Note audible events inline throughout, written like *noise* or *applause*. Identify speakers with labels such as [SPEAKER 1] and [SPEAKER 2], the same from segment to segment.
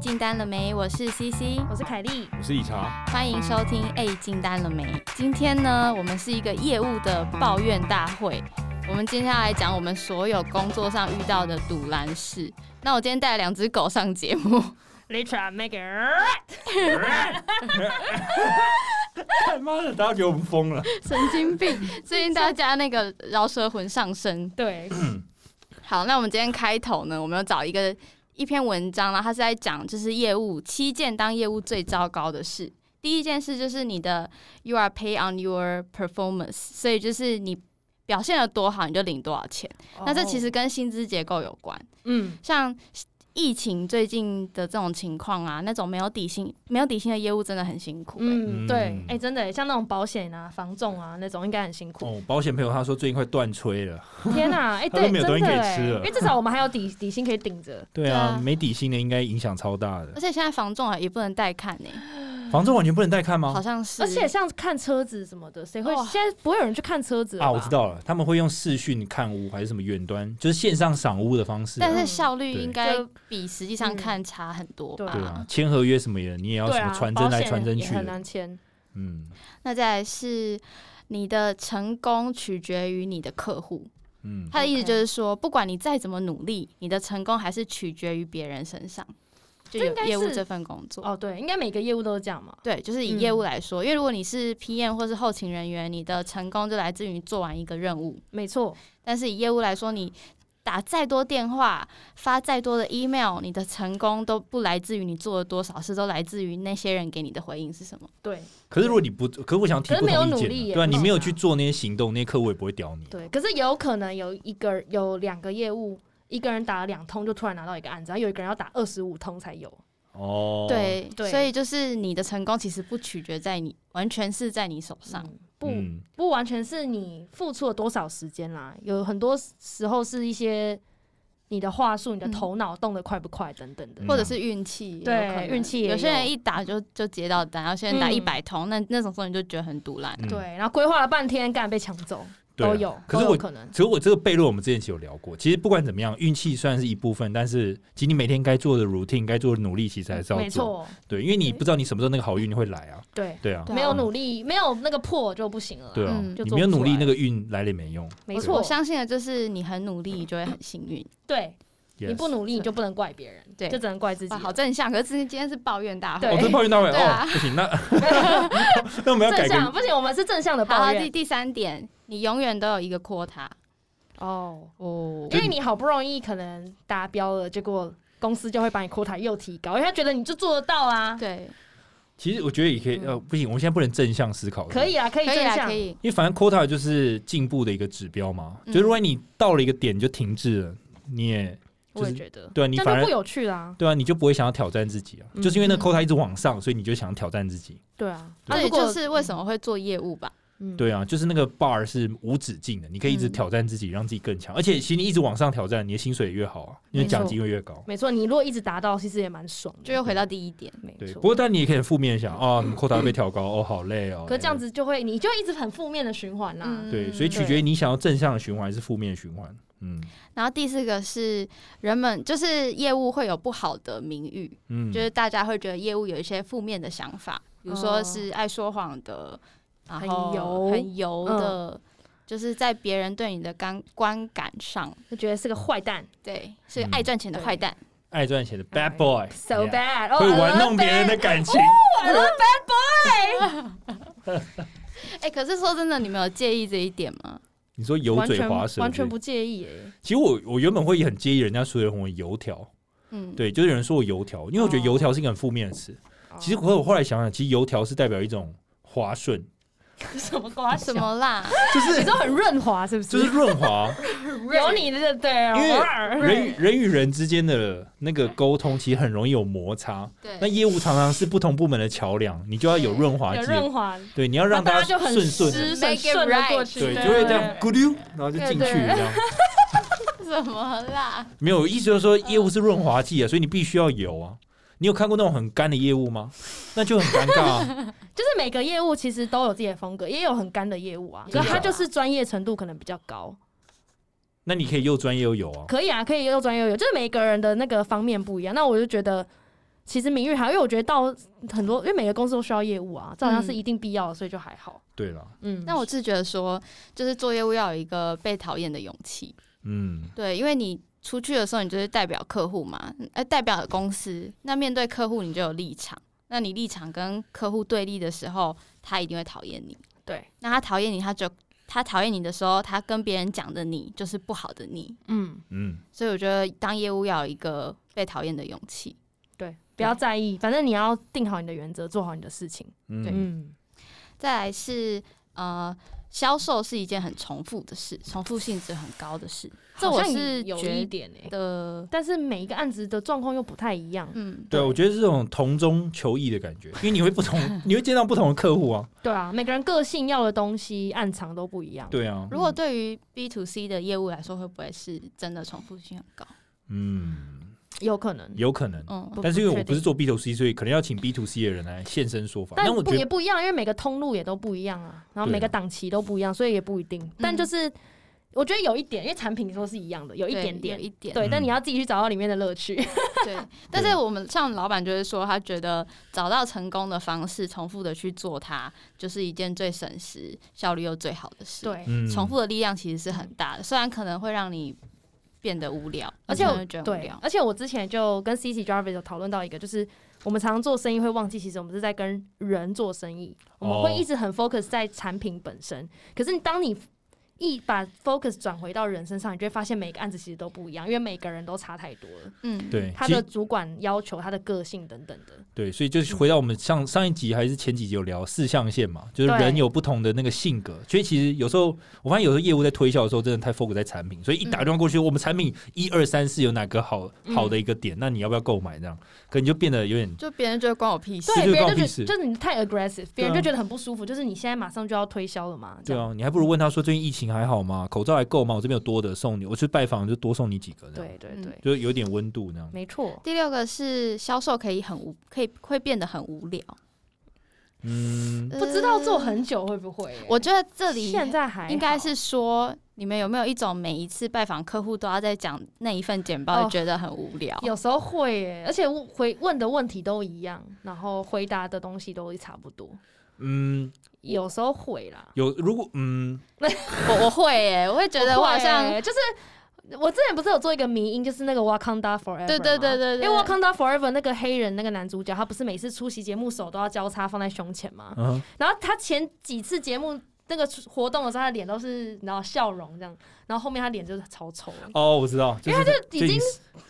[SPEAKER 1] 进单了没？我是 CC，
[SPEAKER 2] 我是凯莉，
[SPEAKER 3] 我是理查，
[SPEAKER 1] 欢迎收听 A 进单了没？今天呢，我们是一个业务的抱怨大会。我们接下来讲我们所有工作上遇到的堵拦事。那我今天带了两只狗上节目， *laughs*
[SPEAKER 2] Litra Maker，
[SPEAKER 3] 他 *laughs* 妈的，大家给我们疯了。
[SPEAKER 1] 神经病！最近大家那个饶舌魂上身。
[SPEAKER 2] 对，
[SPEAKER 1] 好，那我们今天开头呢，我们要找一个一篇文章啦，它是在讲就是业务七件当业务最糟糕的事。第一件事就是你的 you are paid on your performance，所以就是你表现的多好，你就领多少钱。那
[SPEAKER 2] 哦
[SPEAKER 1] 这其实跟薪资结构有关，
[SPEAKER 2] 嗯，
[SPEAKER 1] 像。疫情最近的这种情况啊，那种没有底薪、没有底薪的业务真的很辛苦、欸
[SPEAKER 2] 嗯，对，
[SPEAKER 3] 嗯
[SPEAKER 2] 哎、真的耶，像那种保险啊、防重啊那种，应该很辛苦。
[SPEAKER 3] 哦，保险朋友他说最近快断吹了。
[SPEAKER 2] *laughs* 天哪、哎、
[SPEAKER 3] 他
[SPEAKER 2] 对，
[SPEAKER 3] 都没有
[SPEAKER 2] 真
[SPEAKER 3] 东西可以
[SPEAKER 2] 的耶
[SPEAKER 3] 吃了
[SPEAKER 2] 因为至少我们还有底底薪可以顶着。
[SPEAKER 3] 对
[SPEAKER 1] 对啊
[SPEAKER 3] 啊，没底薪的应该影响超大的
[SPEAKER 1] 而。且现在房仲啊也不能带看呢、
[SPEAKER 2] 嗯
[SPEAKER 3] 房仲完全不能带看
[SPEAKER 1] 好
[SPEAKER 3] 吗？
[SPEAKER 1] 像是。
[SPEAKER 2] 哦而且像看车子什么的，谁会、
[SPEAKER 1] 哦
[SPEAKER 2] 现在不会有人去看车子了吧
[SPEAKER 3] 啊，我知，道了，他们会用视讯看屋还是什么远端，就是线上赏屋的方式啊。
[SPEAKER 1] 但是效率
[SPEAKER 3] 对
[SPEAKER 1] 应该
[SPEAKER 2] 就
[SPEAKER 1] 比实际上
[SPEAKER 2] 嗯
[SPEAKER 1] 看差很多吧？
[SPEAKER 2] 对
[SPEAKER 3] 对啊，签合约什么也，你也要
[SPEAKER 2] 对
[SPEAKER 3] 什么
[SPEAKER 2] 啊，
[SPEAKER 3] 传真
[SPEAKER 2] 保
[SPEAKER 3] 来
[SPEAKER 2] 险
[SPEAKER 3] 传真
[SPEAKER 2] 也
[SPEAKER 3] 去
[SPEAKER 2] 很
[SPEAKER 3] 的。
[SPEAKER 2] 难签。
[SPEAKER 3] 嗯
[SPEAKER 1] 那再来是你的成功取决于你的客户。
[SPEAKER 3] 嗯，
[SPEAKER 1] 他的意思
[SPEAKER 2] OK
[SPEAKER 1] 就是说，不管你再怎么努力，你的成功还是取决于别人身上。就有
[SPEAKER 2] 这应该是
[SPEAKER 1] 业务这份工作，
[SPEAKER 2] 哦，对，应该每个业务都是这样嘛。
[SPEAKER 1] 对，就是以
[SPEAKER 2] 嗯
[SPEAKER 1] 业务来说，因为如果你是 PM 或是后勤人员，你的成功就来自于你做完一个任务。
[SPEAKER 2] 没错，
[SPEAKER 1] 但是以业务来说，你打再多电话、发再多的 email，你的成功都不来自于你做了多少事，都来自于那些人给你的回应是什么。
[SPEAKER 2] 对
[SPEAKER 3] 可是如果你不，可是我想提
[SPEAKER 2] 可是
[SPEAKER 3] 不
[SPEAKER 2] 没有
[SPEAKER 3] 同意
[SPEAKER 2] 努力
[SPEAKER 3] 见
[SPEAKER 2] 耶
[SPEAKER 3] 啊，对啊，你没有去
[SPEAKER 2] 嗯
[SPEAKER 3] 做那些行动，那些客户也不会屌你。
[SPEAKER 2] 对。可是有可能有一个有两个业务，一个人打了两通就突然拿到一个案子，然后有一个人要打二十五通才有。
[SPEAKER 3] 哦，，
[SPEAKER 1] 对，
[SPEAKER 2] 对
[SPEAKER 1] 所以就是你的成功其实不取决在你，完全是在你手上。
[SPEAKER 2] 嗯不、不完全是你付出了多少时间啦，有很多时候是一些你的话术、你的
[SPEAKER 1] 嗯
[SPEAKER 2] 头脑动得快不快等等的。
[SPEAKER 3] 嗯
[SPEAKER 1] 或者是运气，
[SPEAKER 2] 对
[SPEAKER 1] 有可能
[SPEAKER 2] 运气也有
[SPEAKER 1] 有些人一打就就接到单，然后有些人打
[SPEAKER 2] 嗯
[SPEAKER 1] 一百通，那那种时候你就觉得很堵烂。
[SPEAKER 3] 嗯
[SPEAKER 2] 对，然后规划了半天，干被抢走
[SPEAKER 3] 对啊
[SPEAKER 2] 都有，
[SPEAKER 3] 可
[SPEAKER 2] 都
[SPEAKER 3] 是
[SPEAKER 2] 有
[SPEAKER 3] 我
[SPEAKER 2] 可能。
[SPEAKER 3] 其实我这个悖论，我们之前其实有聊过。其实不管怎么样，运气虽然是一部分，但是其实你每天该做的 routine、该做的努力，其实还是要
[SPEAKER 2] 没
[SPEAKER 3] 做。
[SPEAKER 2] 错，
[SPEAKER 3] 对，因为你不知道你什么时候那个好运会来啊。
[SPEAKER 2] 对，
[SPEAKER 3] 对啊
[SPEAKER 1] 对，啊
[SPEAKER 2] 没有努力，没有那个破就不行了啦。
[SPEAKER 3] 对啊，
[SPEAKER 1] 嗯
[SPEAKER 2] 就
[SPEAKER 3] 你
[SPEAKER 2] 做
[SPEAKER 3] 没有
[SPEAKER 2] 不出
[SPEAKER 3] 努力，
[SPEAKER 2] 来
[SPEAKER 3] 那个运来了也没用。
[SPEAKER 2] 没
[SPEAKER 1] 我
[SPEAKER 2] 错，
[SPEAKER 1] 相信的就是你很努力，你就会很幸运。
[SPEAKER 2] 对你
[SPEAKER 3] Yes
[SPEAKER 2] 不努力，你就不能怪别人，
[SPEAKER 1] 对
[SPEAKER 2] 就只能怪自己
[SPEAKER 1] 哇，
[SPEAKER 2] 了。
[SPEAKER 1] 好正向，可是今天今天是抱怨大 *laughs*
[SPEAKER 3] 哦，
[SPEAKER 1] 会。
[SPEAKER 3] 这是抱怨大会
[SPEAKER 1] 对啊
[SPEAKER 3] 哦，不行，那 *laughs* 那我们要 *laughs* 改
[SPEAKER 2] 正向
[SPEAKER 3] 个
[SPEAKER 2] 不行，我们是正向的抱
[SPEAKER 1] 好，第
[SPEAKER 2] 怨
[SPEAKER 1] 第三点，你永远都有一个 quota
[SPEAKER 2] 哦，
[SPEAKER 1] 哦
[SPEAKER 2] 因为你好不容易可能达标了，结果公司就会把你 quota 又提高，因为他觉得你就做得到啊啦。
[SPEAKER 1] 对，
[SPEAKER 3] 其实我觉得也可以，呃，不行，我们现在不能正向思考。
[SPEAKER 2] 嗯可以啊，可以
[SPEAKER 1] 可以
[SPEAKER 2] 正
[SPEAKER 1] 啦，
[SPEAKER 2] 向
[SPEAKER 1] 可，以。
[SPEAKER 3] 因为反正 quota 就是进步的一个指标嘛。
[SPEAKER 1] 嗯
[SPEAKER 3] 就如果你到了一个点你就停滞了，你也
[SPEAKER 2] 我
[SPEAKER 3] 就
[SPEAKER 2] 也
[SPEAKER 3] 是
[SPEAKER 2] 觉得，
[SPEAKER 3] 对啊，你
[SPEAKER 2] 这
[SPEAKER 3] 反
[SPEAKER 2] 样就
[SPEAKER 3] 而
[SPEAKER 2] 不有趣啦。
[SPEAKER 3] 对啊，你就不会想要挑战自己啊，
[SPEAKER 2] 嗯
[SPEAKER 3] 就是因为那 quota 一直往上，所以你就想挑战自己。
[SPEAKER 2] 对啊，
[SPEAKER 1] 这也
[SPEAKER 2] 如果
[SPEAKER 1] 就是为什么会做业务吧。
[SPEAKER 2] 嗯，
[SPEAKER 3] 对啊，就是那个 bar 是无止境的，你可以一直
[SPEAKER 1] 嗯
[SPEAKER 3] 挑战自己，让自己更强。而且其实你一直往上挑战，你的薪水也越好啊，因
[SPEAKER 2] 没
[SPEAKER 3] 为
[SPEAKER 2] 错
[SPEAKER 3] 奖金会越高。
[SPEAKER 2] 没错，你如果一直达到，其实也蛮爽的，
[SPEAKER 1] 就又回到第一点，
[SPEAKER 2] 没
[SPEAKER 3] 对，不
[SPEAKER 2] 错。
[SPEAKER 3] 过但你也可以很负面地想啊，你 quota 被调高，哦，好累哦。
[SPEAKER 2] 可这样子就会，你就一直很负面的循环啦。
[SPEAKER 1] 嗯
[SPEAKER 3] 对，所以取决于你想要正向的循环还是负面的循环。嗯
[SPEAKER 1] 然后第四个是人们就是业务会有不好的名誉，
[SPEAKER 3] 嗯，
[SPEAKER 1] 就是大家会觉得业务有一些负面的想法，比如说是爱说谎的，然后
[SPEAKER 2] 很油
[SPEAKER 1] 哦很油嗯的，就是在别人对你的感观感上，
[SPEAKER 2] 就觉得是个坏蛋
[SPEAKER 1] 对，
[SPEAKER 3] 嗯
[SPEAKER 1] 是爱赚钱的坏蛋。
[SPEAKER 3] 爱赚钱的 bad boy，
[SPEAKER 2] 哎，so
[SPEAKER 3] yeah，
[SPEAKER 2] bad，哦
[SPEAKER 3] 会玩弄别人的感情。
[SPEAKER 1] 哎、可是说真的，你们有介意这一点吗？
[SPEAKER 3] 你说油
[SPEAKER 2] 完
[SPEAKER 3] 嘴
[SPEAKER 2] 全
[SPEAKER 3] 滑舌，
[SPEAKER 2] 完全不。介意耶。
[SPEAKER 3] 其实我我原本会很介意人家说我油条，
[SPEAKER 1] 嗯，
[SPEAKER 3] 对，就是有人说我油条，因为我觉
[SPEAKER 2] 哦
[SPEAKER 3] 得油条是一个很负面的词。其实我我后来想想，其实油条是代表一种滑顺，
[SPEAKER 2] 什么瓜
[SPEAKER 1] 啊什
[SPEAKER 2] 什么，
[SPEAKER 1] 么啦？
[SPEAKER 3] 就是
[SPEAKER 2] 你说很润滑是不
[SPEAKER 3] 就是
[SPEAKER 2] 是？
[SPEAKER 3] 润
[SPEAKER 2] *laughs*
[SPEAKER 3] 滑。
[SPEAKER 2] 有你的对，
[SPEAKER 3] 因为
[SPEAKER 2] 偶
[SPEAKER 3] 人与
[SPEAKER 2] 尔
[SPEAKER 3] 人与人之间的那个沟通，其实很容易有摩擦。那
[SPEAKER 1] 对，
[SPEAKER 3] 业务常常是不同部门的桥梁，你就要有润滑
[SPEAKER 2] 有
[SPEAKER 3] 剂，
[SPEAKER 2] 润滑，哦
[SPEAKER 3] 对，你要让
[SPEAKER 2] 大
[SPEAKER 3] 大
[SPEAKER 2] 家就很
[SPEAKER 3] 顺顺的，
[SPEAKER 2] 湿很
[SPEAKER 1] Make it
[SPEAKER 2] 顺的过
[SPEAKER 1] right
[SPEAKER 2] 去，
[SPEAKER 3] 对，
[SPEAKER 2] 对
[SPEAKER 3] 就会这样咕溜，然后就进去
[SPEAKER 2] 对对 *laughs*
[SPEAKER 3] 这样。
[SPEAKER 1] 什么啦？ *laughs*
[SPEAKER 3] 没有意思就是说业务是润滑剂啊，所以你必须要有啊。你有看过那种很干的业务吗？那就很尴尬
[SPEAKER 2] *laughs*
[SPEAKER 3] 啊。
[SPEAKER 2] 就是每个业务其实都有自己的风格，也有很干的业务啊，
[SPEAKER 3] 真
[SPEAKER 2] 可是
[SPEAKER 3] 的
[SPEAKER 2] 它就是专业程度可能比较高。
[SPEAKER 3] 那你可以又专业又有啊。
[SPEAKER 2] 可以啊，可以又专业又有，就是每个人的那个方面不一样。那我就觉得其实名誉还好，因为我觉得到很多，因为每个公司都需要业务啊，这好像是
[SPEAKER 1] 嗯
[SPEAKER 2] 一定必要的，所以就还好。
[SPEAKER 3] 对了，
[SPEAKER 2] 嗯，
[SPEAKER 1] 但我是觉得说，就是做业务要有一个被讨厌的勇气，
[SPEAKER 3] 嗯，
[SPEAKER 1] 对，因为你出去的时候，你就是代表客户嘛，呃，代表公司，那面对客户你就有立场，那你立场跟客户对立的时候，他一定会讨厌你。
[SPEAKER 2] 对，
[SPEAKER 1] 那他讨厌你，他就他讨厌你的时候，他跟别人讲的你就是不好的你，
[SPEAKER 2] 嗯，
[SPEAKER 3] 嗯，
[SPEAKER 1] 所以我觉得当业务要有一个被讨厌的勇气。
[SPEAKER 2] 对，不要在意，反正你要定好你的原则，做好你的事情。
[SPEAKER 3] 嗯，
[SPEAKER 2] 嗯，
[SPEAKER 1] 再来是呃，销售是一件很重复的事，重复性质很高的事，这
[SPEAKER 2] 好
[SPEAKER 1] 我
[SPEAKER 2] 像
[SPEAKER 1] 是
[SPEAKER 2] 有
[SPEAKER 1] 觉
[SPEAKER 2] 一点欸诶、
[SPEAKER 1] 的，
[SPEAKER 2] 但是每一个案子的状况又不太一样。
[SPEAKER 1] 嗯，
[SPEAKER 3] 对，啊我觉得是这种同中求异的感觉，因为你会不同，
[SPEAKER 2] *laughs*
[SPEAKER 3] 你会见到不同的客户啊，
[SPEAKER 2] 对啊，每个人个性要的东西、暗藏都不一样。
[SPEAKER 3] 对啊，
[SPEAKER 1] 如
[SPEAKER 2] 嗯
[SPEAKER 1] 果对于 B to C 的业务来说，会不会是真的重复性很高？
[SPEAKER 3] 嗯，
[SPEAKER 2] 有可能。
[SPEAKER 3] 有可能。
[SPEAKER 1] 嗯，
[SPEAKER 3] 但是因为我
[SPEAKER 2] 哦确
[SPEAKER 3] 不
[SPEAKER 2] 定
[SPEAKER 3] 是做 B to C，所以可能要请 B to C 的人来现身说法。
[SPEAKER 2] 但
[SPEAKER 3] 但我
[SPEAKER 2] 不
[SPEAKER 3] 觉
[SPEAKER 2] 也
[SPEAKER 3] 得，
[SPEAKER 2] 不一样，因为每个通路也都不一样啊，然后每
[SPEAKER 3] 对
[SPEAKER 2] 个
[SPEAKER 3] 啊
[SPEAKER 2] 档期都不一样，所以也不一
[SPEAKER 1] 嗯
[SPEAKER 2] 定。但就是我觉得有一点，因为产品说是一样的，有一
[SPEAKER 1] 对
[SPEAKER 2] 点点
[SPEAKER 1] 有，一点，
[SPEAKER 2] 对，但
[SPEAKER 3] 嗯
[SPEAKER 2] 你要自己去找到里面的
[SPEAKER 1] *laughs*
[SPEAKER 2] 乐趣。
[SPEAKER 1] 对。
[SPEAKER 2] *laughs*
[SPEAKER 1] 但是我们像老板就是说，他觉得找到成功的方式，重复的去做它，就是一件最省时、效率又最好的事。，
[SPEAKER 2] 对，
[SPEAKER 3] 嗯，
[SPEAKER 1] 重复的力量其实是很大的，虽然可能会让你变得无聊，
[SPEAKER 2] 而且
[SPEAKER 1] 你
[SPEAKER 2] 我
[SPEAKER 1] 可能会觉得无
[SPEAKER 2] 对
[SPEAKER 1] 聊，。
[SPEAKER 2] 而且我之前就跟 C C Jarvis 有讨论到一个，就是我们常常做生意会忘记，其实我们是在跟人做生意，我们
[SPEAKER 3] 哦
[SPEAKER 2] 会一直很 focus 在产品本身。可是当你一把 focus 转回到人身上，你就会发现每个案子其实都不一样，因为每个人都差太多了。
[SPEAKER 1] 嗯，
[SPEAKER 3] 对，
[SPEAKER 2] 他
[SPEAKER 3] 哎其
[SPEAKER 2] 的
[SPEAKER 3] 实
[SPEAKER 2] 主管要求、他的个性等等的，
[SPEAKER 3] 对，所以就是回到我们上上一集还是前几集有聊四象限嘛，就是
[SPEAKER 2] 嗯对
[SPEAKER 3] 人有不同的那个性格，所以其实有时候我发现有时候业务在推销的时候，真的太 focus 在产品，所以一打电话过去，
[SPEAKER 2] 嗯
[SPEAKER 3] 我们产品一二三四有哪个好好的一个点，那你要不要购买这样？可你就变得有点
[SPEAKER 1] 就别人就会关我屁事。
[SPEAKER 3] 这
[SPEAKER 2] 对，
[SPEAKER 3] 就
[SPEAKER 2] 别人
[SPEAKER 3] 关
[SPEAKER 2] 就觉
[SPEAKER 3] 我
[SPEAKER 2] 得
[SPEAKER 3] 屁事
[SPEAKER 2] 就是你太 aggressive，别人
[SPEAKER 3] 对啊
[SPEAKER 2] 就觉得很不舒服，就是你现在马上就要推销了嘛，这
[SPEAKER 3] 对
[SPEAKER 2] 样
[SPEAKER 3] 啊，你还不如问他说最近疫情还好吗？口罩还够吗？我这边有多的送你，我去拜访就多送你几个
[SPEAKER 1] 啊
[SPEAKER 3] 这样，
[SPEAKER 2] 对
[SPEAKER 1] 嗯
[SPEAKER 2] 对对，
[SPEAKER 3] 就是有点温度那样。
[SPEAKER 2] 没错，
[SPEAKER 1] 第六个是销售可以很无，可以会变得很无聊，
[SPEAKER 3] 嗯，
[SPEAKER 2] 不知道做很久会不会欸？
[SPEAKER 1] 呃我觉得这里
[SPEAKER 2] 现在还
[SPEAKER 1] 应该
[SPEAKER 2] 好
[SPEAKER 1] 是说，你们有没有一种每一次拜访客户都要在讲那一份简报，
[SPEAKER 2] 哦
[SPEAKER 1] 就觉得很无聊？
[SPEAKER 2] 有时候会耶，而且问回问的问题都一样，然后回答的东西都差不多，
[SPEAKER 3] 嗯，
[SPEAKER 2] 有时候会啦。
[SPEAKER 3] 有如果嗯，
[SPEAKER 1] 我我会耶、我会觉得我好像
[SPEAKER 2] 会耶就是我之前不是有做一个迷音，就是那个 Wakanda Forever，
[SPEAKER 1] 对对对对
[SPEAKER 2] 吗。
[SPEAKER 1] 对，
[SPEAKER 2] 因为 Wakanda Forever 那个黑人那个男主角，他不是每次出席节目手都要交叉放在胸前吗？
[SPEAKER 3] 嗯哼
[SPEAKER 2] 然后他前几次节目那个活动的时候，他的脸都是然后笑容这样，然后后面他脸就是超丑。
[SPEAKER 3] 哦，我知道，就是他
[SPEAKER 2] 已经
[SPEAKER 3] 经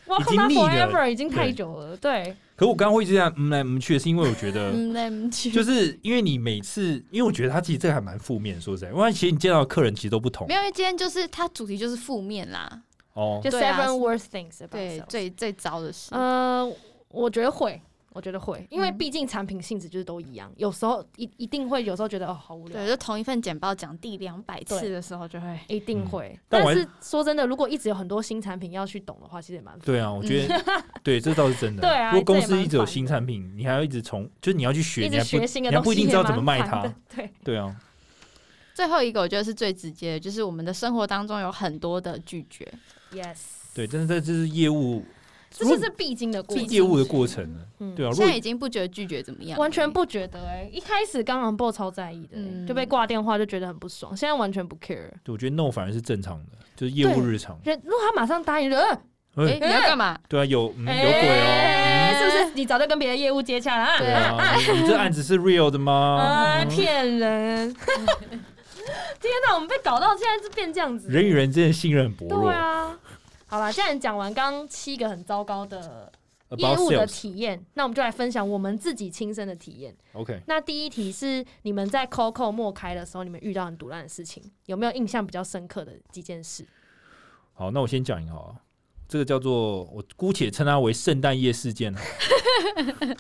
[SPEAKER 2] Wakanda
[SPEAKER 3] 腻了
[SPEAKER 2] Forever 已经太久了，对，
[SPEAKER 3] 可我刚刚会一直这样嗯来嗯去，是因为我
[SPEAKER 2] *laughs*
[SPEAKER 3] 觉得。
[SPEAKER 1] 嗯，那你去
[SPEAKER 3] 就是因为你每次，因为我觉得他其实这个还蛮负面，说实在，因为其实你见到的客人其实都不同
[SPEAKER 1] 没有，因为今天就是它主题就是负面啦，
[SPEAKER 3] 哦。
[SPEAKER 2] 就
[SPEAKER 1] 对啊
[SPEAKER 2] Seven Worst Things about
[SPEAKER 1] 对，
[SPEAKER 2] Self
[SPEAKER 1] 最嗯最糟的事，
[SPEAKER 2] 呃，我觉得会，我觉得会，因为
[SPEAKER 1] 嗯
[SPEAKER 2] 毕竟产品性质就是都一样，有时候一一定会，有时候觉得哦好无聊
[SPEAKER 1] 对，，就同一份简报讲第两百次
[SPEAKER 2] 对
[SPEAKER 1] 的时候就会。
[SPEAKER 2] 一定会。
[SPEAKER 3] 但我
[SPEAKER 2] 但
[SPEAKER 3] 还
[SPEAKER 2] 是说真的，如果一直有很多新产品要去懂的话，其实也蛮
[SPEAKER 3] 对啊，我觉得、 *laughs* 对，这倒是真的。
[SPEAKER 2] 嗯对啊
[SPEAKER 3] 如果公
[SPEAKER 2] 这也
[SPEAKER 3] 司
[SPEAKER 2] 蛮
[SPEAKER 3] 一直有
[SPEAKER 2] 烦的
[SPEAKER 3] 新产品，你还要一直从，就是你要去学，
[SPEAKER 2] 一
[SPEAKER 3] 你
[SPEAKER 2] 直
[SPEAKER 3] 还不
[SPEAKER 2] 学新的
[SPEAKER 3] 你还
[SPEAKER 2] 东西，
[SPEAKER 3] 不一定知道怎么卖
[SPEAKER 2] 也蛮
[SPEAKER 3] 它
[SPEAKER 2] 烦。的。对，
[SPEAKER 3] 对啊，
[SPEAKER 1] 最后一个我觉得是最直接的，就是我们的生活当中有很多的拒绝，
[SPEAKER 2] ，yes，
[SPEAKER 3] 对，但是这就是业务
[SPEAKER 2] 这就是必经的过
[SPEAKER 3] 业
[SPEAKER 2] 程。
[SPEAKER 3] 务的过程了。
[SPEAKER 2] 嗯
[SPEAKER 3] 对啊，如
[SPEAKER 1] 现
[SPEAKER 3] 果
[SPEAKER 1] 在已经不觉得拒绝怎么样，
[SPEAKER 2] 完全不觉得哎、一开始刚刚 b 超在意的欸、
[SPEAKER 1] 嗯
[SPEAKER 2] 就被挂电话就觉得很不爽，现在完全不 care。
[SPEAKER 3] 对我觉得 no 反而是正常的，就是业务
[SPEAKER 2] 对
[SPEAKER 3] 日常。
[SPEAKER 2] 人如果他马上答应，就呃
[SPEAKER 1] 哎、
[SPEAKER 3] 哎，
[SPEAKER 1] 你要干嘛？
[SPEAKER 3] 对啊，有嗯
[SPEAKER 2] 哎
[SPEAKER 3] 有鬼哦。
[SPEAKER 2] 哎、是不是你早就跟别的业务接洽 *laughs* 了啊？
[SPEAKER 3] 对啊，你你这案子是 real 的吗嗯
[SPEAKER 2] 啊，？骗人！ *laughs* 天哪，我们被搞到现在是变这样子。
[SPEAKER 3] 人与人之间的信任很薄弱呃
[SPEAKER 2] 对。啊，好啦，既然讲完刚七个很糟糕的业
[SPEAKER 3] About
[SPEAKER 2] 务的
[SPEAKER 3] sales，OK，、
[SPEAKER 2] 体验，那我们就来分享我们自己亲身的体验。
[SPEAKER 3] OK
[SPEAKER 2] 那第一题是你们在 COCO 末开的时候，你们遇到很毒烂的事情，有没有印象比较深刻的几件事？
[SPEAKER 3] 好，那我先讲一个好了，这个叫做我姑且称它为圣诞夜事
[SPEAKER 2] *laughs*
[SPEAKER 3] 件好了。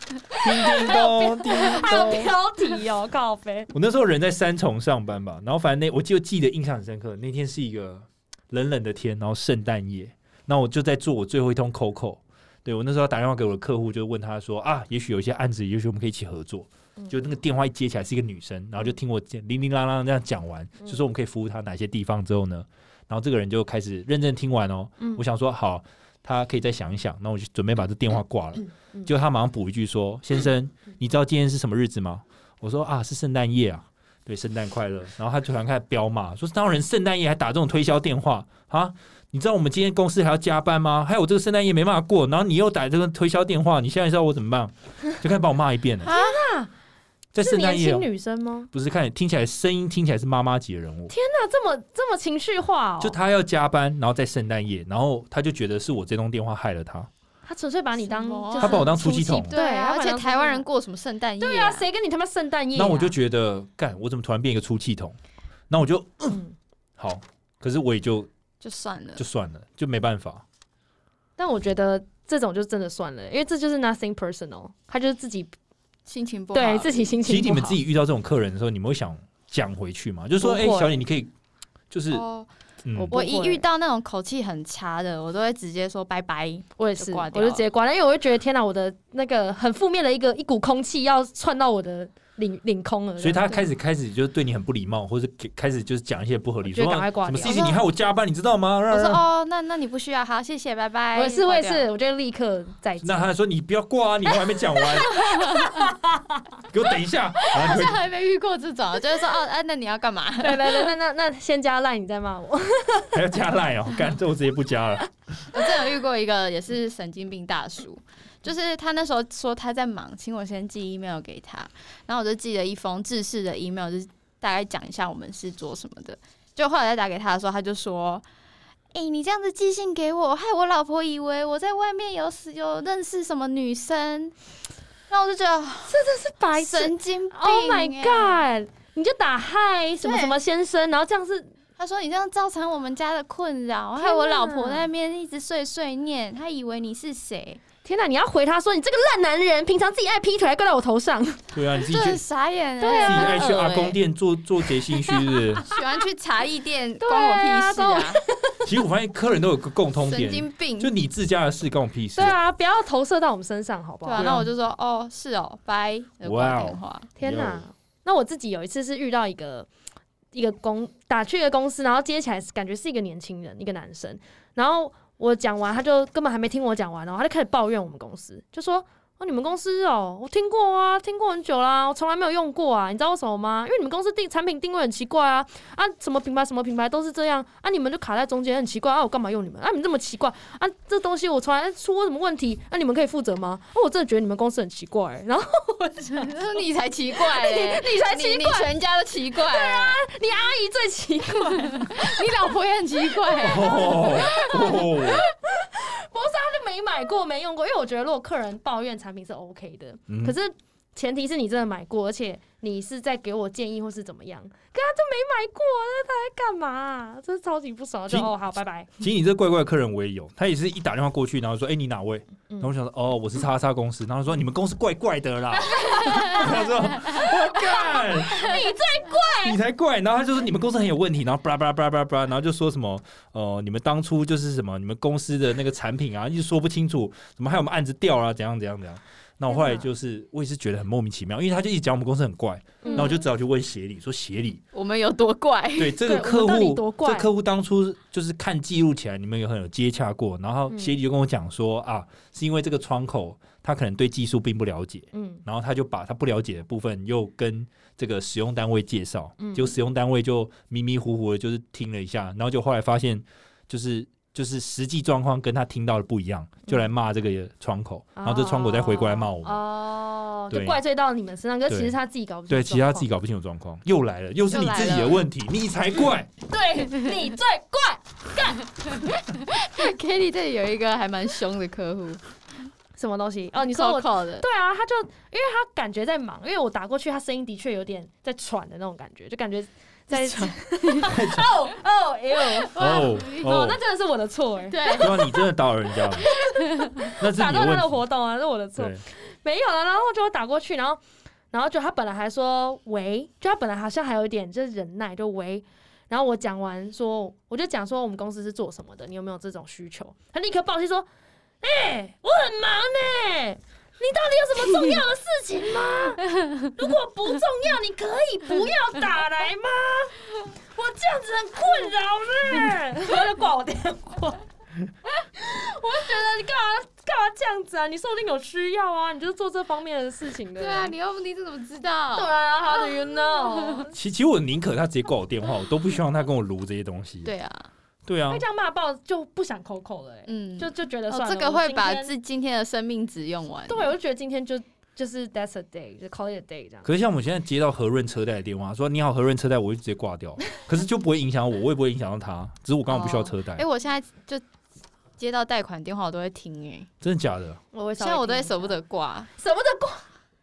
[SPEAKER 3] 叮叮咚，叮
[SPEAKER 2] 还有
[SPEAKER 3] 咚。
[SPEAKER 2] 标题
[SPEAKER 3] *laughs*
[SPEAKER 2] 哦，靠背。
[SPEAKER 3] 我那时候人在三重上班吧，然后反正那我就记得印象很深刻，那天是一个冷冷的天，然后圣诞夜，那我就在做我最后一通 COCO。对我那时候打电话给我的客户，就问他说啊，也许有一些案子，也许我们可以一起合作。就那个电话一接起来是一个女生，然后就听我这样铃铃啷啷这样讲完，就说我们可以服务她哪些地方之后呢，然后这个人就开始认真听完哦。
[SPEAKER 2] 嗯
[SPEAKER 3] 我想说好，他可以再想一想。那我就准备把这电话挂了，
[SPEAKER 2] 嗯
[SPEAKER 3] 结果他马上补一句说：“先生，你知道今天是什么日子吗？”我说：“啊，是圣诞夜啊。”对，圣诞快乐。然后他突然开始飙骂，说：“当人圣诞夜还打这种推销电话啊！你知道我们今天公司还要加班吗？还有我这个圣诞夜没办法过，然后你又打这个推销电话，你现在知道我怎么办？”就开始把我骂一遍了。
[SPEAKER 1] 啊
[SPEAKER 3] 在
[SPEAKER 2] 是
[SPEAKER 3] 圣
[SPEAKER 2] 年
[SPEAKER 3] 诞夜
[SPEAKER 2] 轻
[SPEAKER 3] 哦、
[SPEAKER 2] 女生吗？
[SPEAKER 3] 不是看听起来声音听起来是妈妈级的人物，
[SPEAKER 2] 那这么这么情绪化哦，
[SPEAKER 3] 就他要加班，然后在圣诞夜，然后他就觉得是我这通电话害了他。
[SPEAKER 2] 他纯粹把你当
[SPEAKER 1] 什么啊
[SPEAKER 2] 就是
[SPEAKER 3] 他把我当出气筒
[SPEAKER 1] 对，啊而且台湾人过什么圣诞夜？
[SPEAKER 2] 对啊，谁跟你他妈圣诞夜啊？
[SPEAKER 3] 那我就觉得，干，我怎么突然变一个出气筒？那我就
[SPEAKER 2] 嗯
[SPEAKER 3] *coughs* 好，可是我也就
[SPEAKER 1] 就算了
[SPEAKER 3] 就。算了，就没办法。
[SPEAKER 2] 但我觉得这种就真的算了，因为这就是 nothing personal，他就是自己
[SPEAKER 1] 心情不好，
[SPEAKER 2] 对自己心
[SPEAKER 3] 其
[SPEAKER 2] 情
[SPEAKER 3] 实
[SPEAKER 2] 不
[SPEAKER 3] 你
[SPEAKER 2] 好。
[SPEAKER 3] 们自己遇到这种客人的时候，你们会想讲回去吗？就是说，
[SPEAKER 2] 不
[SPEAKER 3] 哎、
[SPEAKER 2] 会
[SPEAKER 3] 小李，你可以，就是、
[SPEAKER 1] 哦，
[SPEAKER 3] 嗯，
[SPEAKER 1] 我一
[SPEAKER 2] 不会
[SPEAKER 1] 遇到那种口气很差的，我都会直接说拜拜。
[SPEAKER 2] 我也是，
[SPEAKER 1] 就
[SPEAKER 2] 我
[SPEAKER 1] 挂掉
[SPEAKER 2] 就直接挂了，因为我会觉得天哪，我的那个很负面的一个一股空气要窜到我的领领空了，
[SPEAKER 3] 所以他
[SPEAKER 2] 这样
[SPEAKER 3] 开始开始就对你很不礼貌，或者给开始就是讲一些不合理，
[SPEAKER 2] 我觉得
[SPEAKER 3] 说
[SPEAKER 2] 赶快挂
[SPEAKER 3] 什么
[SPEAKER 2] 掉
[SPEAKER 3] C C，你害我加班，你知道吗？
[SPEAKER 1] 我
[SPEAKER 3] 让
[SPEAKER 1] 说
[SPEAKER 3] 让
[SPEAKER 1] 哦，那那你不需要，好，谢谢，拜拜。
[SPEAKER 2] 我也是，我也
[SPEAKER 1] 挂掉
[SPEAKER 2] 是，我就立刻再见
[SPEAKER 3] 那。他还说你不要挂啊，你我还没讲完，给我等一
[SPEAKER 2] *laughs*
[SPEAKER 3] 下，然
[SPEAKER 1] 好
[SPEAKER 3] 后你
[SPEAKER 1] 像
[SPEAKER 3] 会
[SPEAKER 1] 还没遇过这种，就是说哦，哎、那你要干嘛？
[SPEAKER 2] *laughs* 对对对，那那那先加赖，你再骂 *laughs* 我。
[SPEAKER 3] *laughs* 还要加赖哦，干这我直接不加了。
[SPEAKER 1] 我之前有遇过一个也是神经病大叔，就是他那时候说他在忙，请我先寄 email 给他，然后我就寄了一封制式的 email，就是大概讲一下我们是做什么的。就后来再打给他的时候，他就说：“哎、你这样子寄信给我，害我老婆以为我在外面有死有认识什么女生。”然后我就觉得
[SPEAKER 2] 是白痴
[SPEAKER 1] 神经病、哎
[SPEAKER 2] ，Oh my god！你就打嗨什么
[SPEAKER 1] 对
[SPEAKER 2] 什么先生，然后这样是
[SPEAKER 1] 他说你这样造成我们家的困扰，
[SPEAKER 2] 天
[SPEAKER 1] 害我老
[SPEAKER 2] 哪
[SPEAKER 1] 婆在那边一直碎碎念，她以为你是谁，
[SPEAKER 2] 天哪！你要回他说你这个烂男人，平常自己爱劈腿还怪到我头上。
[SPEAKER 3] 对啊，你自己去
[SPEAKER 1] 对，傻眼、欸，
[SPEAKER 2] 对啊
[SPEAKER 3] 自己爱
[SPEAKER 1] 很
[SPEAKER 3] 去
[SPEAKER 1] 恶
[SPEAKER 3] 阿
[SPEAKER 1] 欸
[SPEAKER 3] 公店做做节心虚是不是？ *laughs*
[SPEAKER 1] 喜欢去茶艺店，
[SPEAKER 2] 对
[SPEAKER 1] 关我
[SPEAKER 2] 啊
[SPEAKER 1] 屁事啊！
[SPEAKER 3] 其实我发现客人都有个共通
[SPEAKER 1] 神
[SPEAKER 3] 点，
[SPEAKER 1] 经病。
[SPEAKER 3] 就
[SPEAKER 1] 对
[SPEAKER 3] 你自家的事关我屁事
[SPEAKER 2] 对。啊，不要投射到我们身上，好不好？
[SPEAKER 1] 啊，那我就说哦，是哦，拜，就挂
[SPEAKER 2] 哦
[SPEAKER 1] 电话。
[SPEAKER 2] 天哪
[SPEAKER 3] 有！
[SPEAKER 2] 那我自己有一次是遇到一个一个公打去一个公司，然后接起来是感觉是一个年轻人，一个男生，然后我讲完，他就根本还没听我讲完哦，他就开始抱怨我们公司，就说。哦，你们公司哦，我听过啊，听过很久啦，我从来没有用过啊，你知道为什么吗？因为你们公司定产品定位很奇怪啊，啊，什么品牌什么品牌都是这样啊，你们就卡在中间很奇怪啊，我干嘛用你们？啊，你们这么奇怪啊，这东西我从来出过什么问题？啊，你们可以负责吗？啊，我真的觉得你们公司很奇怪、欸然后。
[SPEAKER 1] *laughs* 你才奇怪嘞，
[SPEAKER 2] 你才
[SPEAKER 1] *laughs*
[SPEAKER 2] 奇
[SPEAKER 1] 你
[SPEAKER 2] 怪
[SPEAKER 1] 全家都奇怪。对啊，
[SPEAKER 2] 你阿姨最奇怪，
[SPEAKER 1] 你老婆也很奇怪。欸
[SPEAKER 3] 哦哦，
[SPEAKER 2] 就没买过、没用过，因为我觉得如果客人抱怨产品是 OK 的，
[SPEAKER 3] 嗯
[SPEAKER 2] 可是前提是你真的买过，而且你是在给我建议或是怎么样。可他就没买过，那他在干嘛啊、这是超级不爽，就
[SPEAKER 3] 其
[SPEAKER 2] 哦好，拜拜。
[SPEAKER 3] 其实你这怪怪的客人我也有，他也是一打电话过去，然后说：“哎、你哪位？”
[SPEAKER 2] 嗯
[SPEAKER 3] 然后我想说：“哦，我是叉叉公司。”然后说：“你们公司怪怪
[SPEAKER 2] *laughs*
[SPEAKER 3] 的啦。”他说：“我干，
[SPEAKER 2] 你
[SPEAKER 3] 最怪，你才怪。”然后他就说：“你们公司很有问题。”然后巴拉巴拉巴拉巴拉巴拉，然后就说什么：“呃，你们当初就是什么，你们公司的那个产品啊，一直说不清楚，怎么还有我们案子掉了、啊怎样怎样怎样。”那我后来就是，我也是觉得很莫名其妙，因为他就一直讲我们公司很怪，
[SPEAKER 2] 嗯
[SPEAKER 3] 然后我就只好去问协理，说协理，
[SPEAKER 1] *laughs* 我们有多怪？ *laughs*
[SPEAKER 3] 对这个
[SPEAKER 2] 对我
[SPEAKER 3] 客
[SPEAKER 2] 们到
[SPEAKER 3] 户
[SPEAKER 2] 底多，
[SPEAKER 3] 这
[SPEAKER 2] 怪
[SPEAKER 3] 个客户当初就是看记录起来，你们有很有接洽过，然后
[SPEAKER 2] 嗯
[SPEAKER 3] 协理就跟我讲说、啊，是因为这个窗口他可能对技术并不了解，
[SPEAKER 2] 嗯
[SPEAKER 3] 然后他就把他不了解的部分又跟这个使用单位介绍，
[SPEAKER 2] 嗯
[SPEAKER 3] 就使用单位就迷迷糊糊的，就是听了一下，然后就后来发现就是。就是实际状况跟他听到的不一样，就来骂这个窗口，然后这窗口再回过来骂我们。
[SPEAKER 2] 嗯哦，
[SPEAKER 3] 对
[SPEAKER 2] 就怪罪到你们身上，可是
[SPEAKER 3] 对
[SPEAKER 2] 其实他自己搞不清
[SPEAKER 3] 对，
[SPEAKER 2] 楚
[SPEAKER 3] 其实他自己搞不清楚状况，又来了，又是
[SPEAKER 1] 又
[SPEAKER 3] 你
[SPEAKER 1] 来
[SPEAKER 3] 自己的
[SPEAKER 1] 了
[SPEAKER 3] 问题，你才
[SPEAKER 2] *laughs*
[SPEAKER 3] 怪。
[SPEAKER 2] 对你最怪。
[SPEAKER 1] Kitty 这里有一个还蛮凶的客户，
[SPEAKER 2] 什么东西？哦，你说我
[SPEAKER 1] 靠的，
[SPEAKER 2] 对啊，他就因为他感觉在忙，因为我打过去，他声音的确有点在喘的那种感觉，就感觉在 *laughs* 哦哦哎呦
[SPEAKER 3] 哦
[SPEAKER 2] 哦，那真的是我的错哎，
[SPEAKER 1] *laughs* 对，
[SPEAKER 3] 对啊，你真的打扰人
[SPEAKER 2] *laughs*
[SPEAKER 3] 家了，那是
[SPEAKER 2] 打断
[SPEAKER 3] 你
[SPEAKER 2] 他的
[SPEAKER 3] 的问
[SPEAKER 2] 活动啊啊，是我的
[SPEAKER 3] 题。
[SPEAKER 2] 错，
[SPEAKER 3] 对，
[SPEAKER 2] 没有了。然后就打过去，然后然后就他本来还说喂，就他本来好像还有一点就是忍耐，就喂。然后我讲完说，我就讲说我们公司是做什么的，你有没有这种需求？他立刻抱歉说，哎、我很忙呢、你到底有什么重要的事情吗？ *laughs* 如果不重要，你可以不要打来吗？我这 *laughs* 样子很困扰呢，然后就挂我电话。我就觉得样子啊，你说不定有需要啊，你就是做这方面的事情的。
[SPEAKER 1] 对啊，你又不你怎么知 *laughs* 道？
[SPEAKER 2] 对啊，How do you *laughs* know？
[SPEAKER 3] 其其实我宁可他直接挂我电话，我都不希望他跟我撸这些东西。
[SPEAKER 1] 对啊，
[SPEAKER 3] 对啊
[SPEAKER 2] 被，哎这样骂爆就不想扣扣了、欸，
[SPEAKER 1] 嗯，
[SPEAKER 2] 就就觉得算
[SPEAKER 1] 哦，
[SPEAKER 2] 了。
[SPEAKER 1] 这个会把
[SPEAKER 2] 自
[SPEAKER 1] 自今天的生命值用完。
[SPEAKER 2] 对，我就觉得今天就就是 That's a day，就 call it a day 这样。
[SPEAKER 3] 可是像我们现在接到和润车贷的电话，说你好和润车贷，我就直接
[SPEAKER 2] *laughs*
[SPEAKER 3] 挂掉，可是就不会影响我，我也不会影响到他，只是我刚好不需要车贷
[SPEAKER 1] 哎、，
[SPEAKER 2] 哦
[SPEAKER 1] 我现在就接到贷款电话，我都会听哎、
[SPEAKER 3] 真的假的？
[SPEAKER 2] 我会稍
[SPEAKER 1] 现
[SPEAKER 2] 微
[SPEAKER 1] 在我都会
[SPEAKER 2] 听一
[SPEAKER 1] 舍不
[SPEAKER 2] 下，
[SPEAKER 1] 得挂，
[SPEAKER 2] 舍不得挂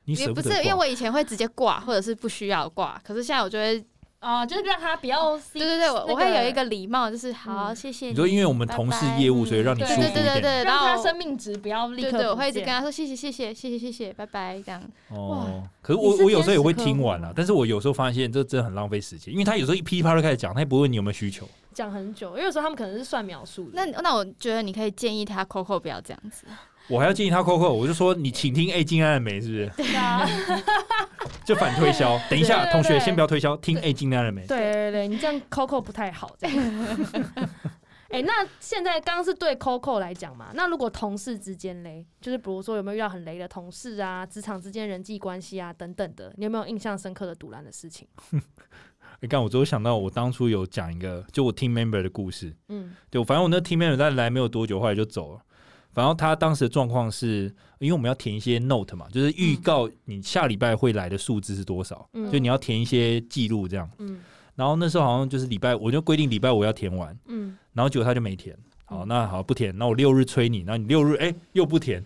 [SPEAKER 3] 你
[SPEAKER 1] 也
[SPEAKER 3] 舍
[SPEAKER 1] 不
[SPEAKER 3] 得
[SPEAKER 1] 是因为
[SPEAKER 3] 挂？
[SPEAKER 1] 我以前会直接挂，或者是不需要挂，可是现在我就会，
[SPEAKER 2] 啊，就是让他不要 see-
[SPEAKER 1] 对对对，我
[SPEAKER 2] 那
[SPEAKER 1] 我会有一个礼貌，就是好，
[SPEAKER 2] 嗯
[SPEAKER 1] 谢谢
[SPEAKER 3] 你说因为我们同事业务，所以让你
[SPEAKER 1] 对
[SPEAKER 3] 舒
[SPEAKER 2] 对
[SPEAKER 3] 服
[SPEAKER 1] 对
[SPEAKER 3] 一
[SPEAKER 1] 对对
[SPEAKER 3] 点。
[SPEAKER 1] 对，然
[SPEAKER 2] 让
[SPEAKER 1] 后
[SPEAKER 2] 他生命值不要立
[SPEAKER 1] 对
[SPEAKER 2] 刻
[SPEAKER 1] 对，我
[SPEAKER 2] 不
[SPEAKER 1] 会一直
[SPEAKER 2] 见
[SPEAKER 1] 跟他说谢谢谢谢谢谢谢谢，拜拜这样。
[SPEAKER 3] 哦，可是
[SPEAKER 2] 你
[SPEAKER 3] 我
[SPEAKER 2] 是
[SPEAKER 3] 我有时候也会
[SPEAKER 2] 天使客户
[SPEAKER 3] 听完了
[SPEAKER 2] 吗，
[SPEAKER 3] 但是我有时候发现这真的很浪费时间，因为他有时候一噼里啪啦开始讲，他也不会问你有没有需求。
[SPEAKER 2] 讲很久，因为有时候他们可能是算秒数的。
[SPEAKER 1] 那那我觉得你可以建议他 Coco 不要这样子，
[SPEAKER 3] 我还要建议他 Coco，我就说你请听 A 金安的美，是不是？
[SPEAKER 2] 对啊，
[SPEAKER 3] 就反推销。等一
[SPEAKER 2] 对
[SPEAKER 3] 下，
[SPEAKER 2] 对
[SPEAKER 3] 同学
[SPEAKER 2] 对
[SPEAKER 3] 先不要推销，听 A 金安的美。
[SPEAKER 2] 对对对，你这样 Coco 不太好。这
[SPEAKER 3] *laughs*
[SPEAKER 2] 样。哎、那现在刚刚是对 Coco 来讲嘛？那如果同事之间嘞，就是比如说有没有遇到很雷的同事啊，职场之间人际关系啊等等的，你有没有印象深刻的堵拦的事情？
[SPEAKER 3] 你看，我只有想到我当初有讲一个，就我 team member 的故事。
[SPEAKER 2] 嗯，
[SPEAKER 3] 对，反正我那 team member 在来没有多久，后来就走了。然后他当时的状况是，因为我们要填一些 note 嘛，就是预告你下礼拜会来的数字是多少，
[SPEAKER 2] 嗯
[SPEAKER 3] 就你要填一些记录这样。
[SPEAKER 2] 嗯
[SPEAKER 3] 然后那时候好像就是礼拜，我就规定礼拜五要填完，
[SPEAKER 2] 嗯，
[SPEAKER 3] 然后结果他就没填。好，那好不填，那我六日催你，然后你六日哎、又不填，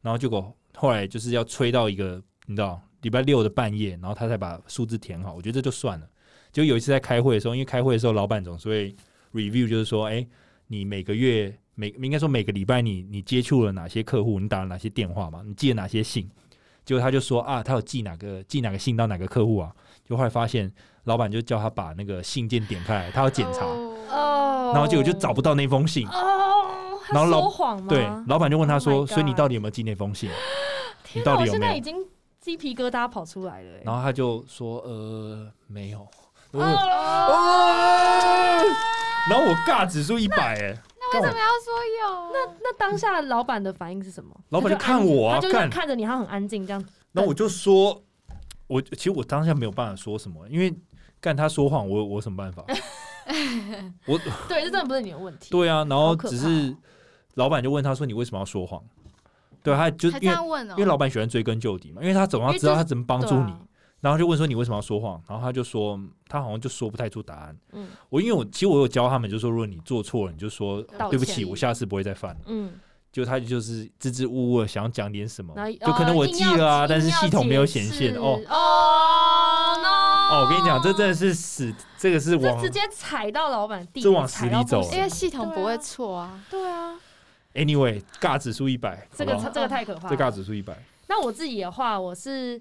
[SPEAKER 3] 然后结果后来就是要催到一个你知道礼拜六的半夜，然后他才把数字填好，我觉得这就算了。就有一次在开会的时候，因为开会的时候老板总是会 review，就是说哎、你每个月每应该说每个礼拜你你接触了哪些客户，你打了哪些电话嘛，你寄了哪些信，结果他就说啊，他有寄哪个寄哪个信到哪个客户啊，就后来发现老板就叫他把那个信件点开来，他要检查。
[SPEAKER 2] 哦
[SPEAKER 3] 然后结果就找不到那封信，
[SPEAKER 2] 哦，他
[SPEAKER 3] 然后老
[SPEAKER 2] 说谎吗？
[SPEAKER 3] 对，老板就问他
[SPEAKER 2] Oh
[SPEAKER 3] 说
[SPEAKER 2] my：“ God
[SPEAKER 3] 所以你到底有没有寄那封信？你
[SPEAKER 2] 天
[SPEAKER 3] 到
[SPEAKER 2] 哪，
[SPEAKER 3] 底
[SPEAKER 2] 我
[SPEAKER 3] 有
[SPEAKER 2] 现
[SPEAKER 3] 没
[SPEAKER 2] 在
[SPEAKER 3] 有
[SPEAKER 2] 已经鸡皮疙瘩跑出来了、欸？”。
[SPEAKER 3] 然后他就说：“呃，没有。”我就
[SPEAKER 2] 哦，
[SPEAKER 3] 哦，然后我尬指数一百哎，
[SPEAKER 1] 为什
[SPEAKER 3] 干
[SPEAKER 1] 么
[SPEAKER 3] 我
[SPEAKER 1] 要说有？那
[SPEAKER 2] 那当下老板的反应是什么？
[SPEAKER 3] 老板就
[SPEAKER 2] 他
[SPEAKER 3] 看我啊
[SPEAKER 2] 安静他就
[SPEAKER 3] 干
[SPEAKER 2] 看着你，他很安静
[SPEAKER 3] *laughs*
[SPEAKER 2] 这样。
[SPEAKER 3] 然后我就说：“我其实我当下没有办法说什么，因为干他说谎，我我有什么办
[SPEAKER 2] *laughs*
[SPEAKER 3] 法？我
[SPEAKER 2] 对，这真的不是你的问题。
[SPEAKER 3] 对啊，然
[SPEAKER 2] 好
[SPEAKER 3] 后
[SPEAKER 2] 可
[SPEAKER 3] 只
[SPEAKER 2] 怕
[SPEAKER 3] 是老板就问他说：你为什么要说谎？对，他就
[SPEAKER 1] 还这
[SPEAKER 3] 因为
[SPEAKER 1] 样问哦、
[SPEAKER 3] 因为老板喜欢追根究底嘛，因为他总要
[SPEAKER 2] 因为
[SPEAKER 3] 知道
[SPEAKER 2] 这
[SPEAKER 3] 他怎么帮助
[SPEAKER 2] 对
[SPEAKER 3] 你
[SPEAKER 2] 啊。”
[SPEAKER 3] 然后就问说你为什么要说谎？然后他就说嗯他好像就说不太出答案。
[SPEAKER 2] 嗯
[SPEAKER 3] 我因为我其实我有教他们，就说如果你做错了，你就说
[SPEAKER 2] 道
[SPEAKER 3] 对不
[SPEAKER 2] 歉
[SPEAKER 3] 起，我下次不会再犯了。
[SPEAKER 2] 嗯，
[SPEAKER 3] 就他就是支支吾吾的想讲点什么，
[SPEAKER 2] 然后
[SPEAKER 3] 就可能我记了啊，但是系统没有显现哦
[SPEAKER 2] 哦硬要解释。哦 no！
[SPEAKER 3] 哦，我跟你讲，这真的是死，这个是
[SPEAKER 2] 这
[SPEAKER 3] 往
[SPEAKER 2] 直接踩到老板地，
[SPEAKER 3] 这往死里走
[SPEAKER 1] 因
[SPEAKER 2] 因
[SPEAKER 1] 为
[SPEAKER 2] 为
[SPEAKER 1] 系统不会错啊。 *laughs*
[SPEAKER 2] 对啊，
[SPEAKER 3] anyway 尬指数一百，
[SPEAKER 2] 这
[SPEAKER 3] 好
[SPEAKER 2] 个
[SPEAKER 3] 不好
[SPEAKER 2] 这个太可怕
[SPEAKER 3] 这尬
[SPEAKER 2] 了。
[SPEAKER 3] 指数一百，
[SPEAKER 2] 那我自己的话，我是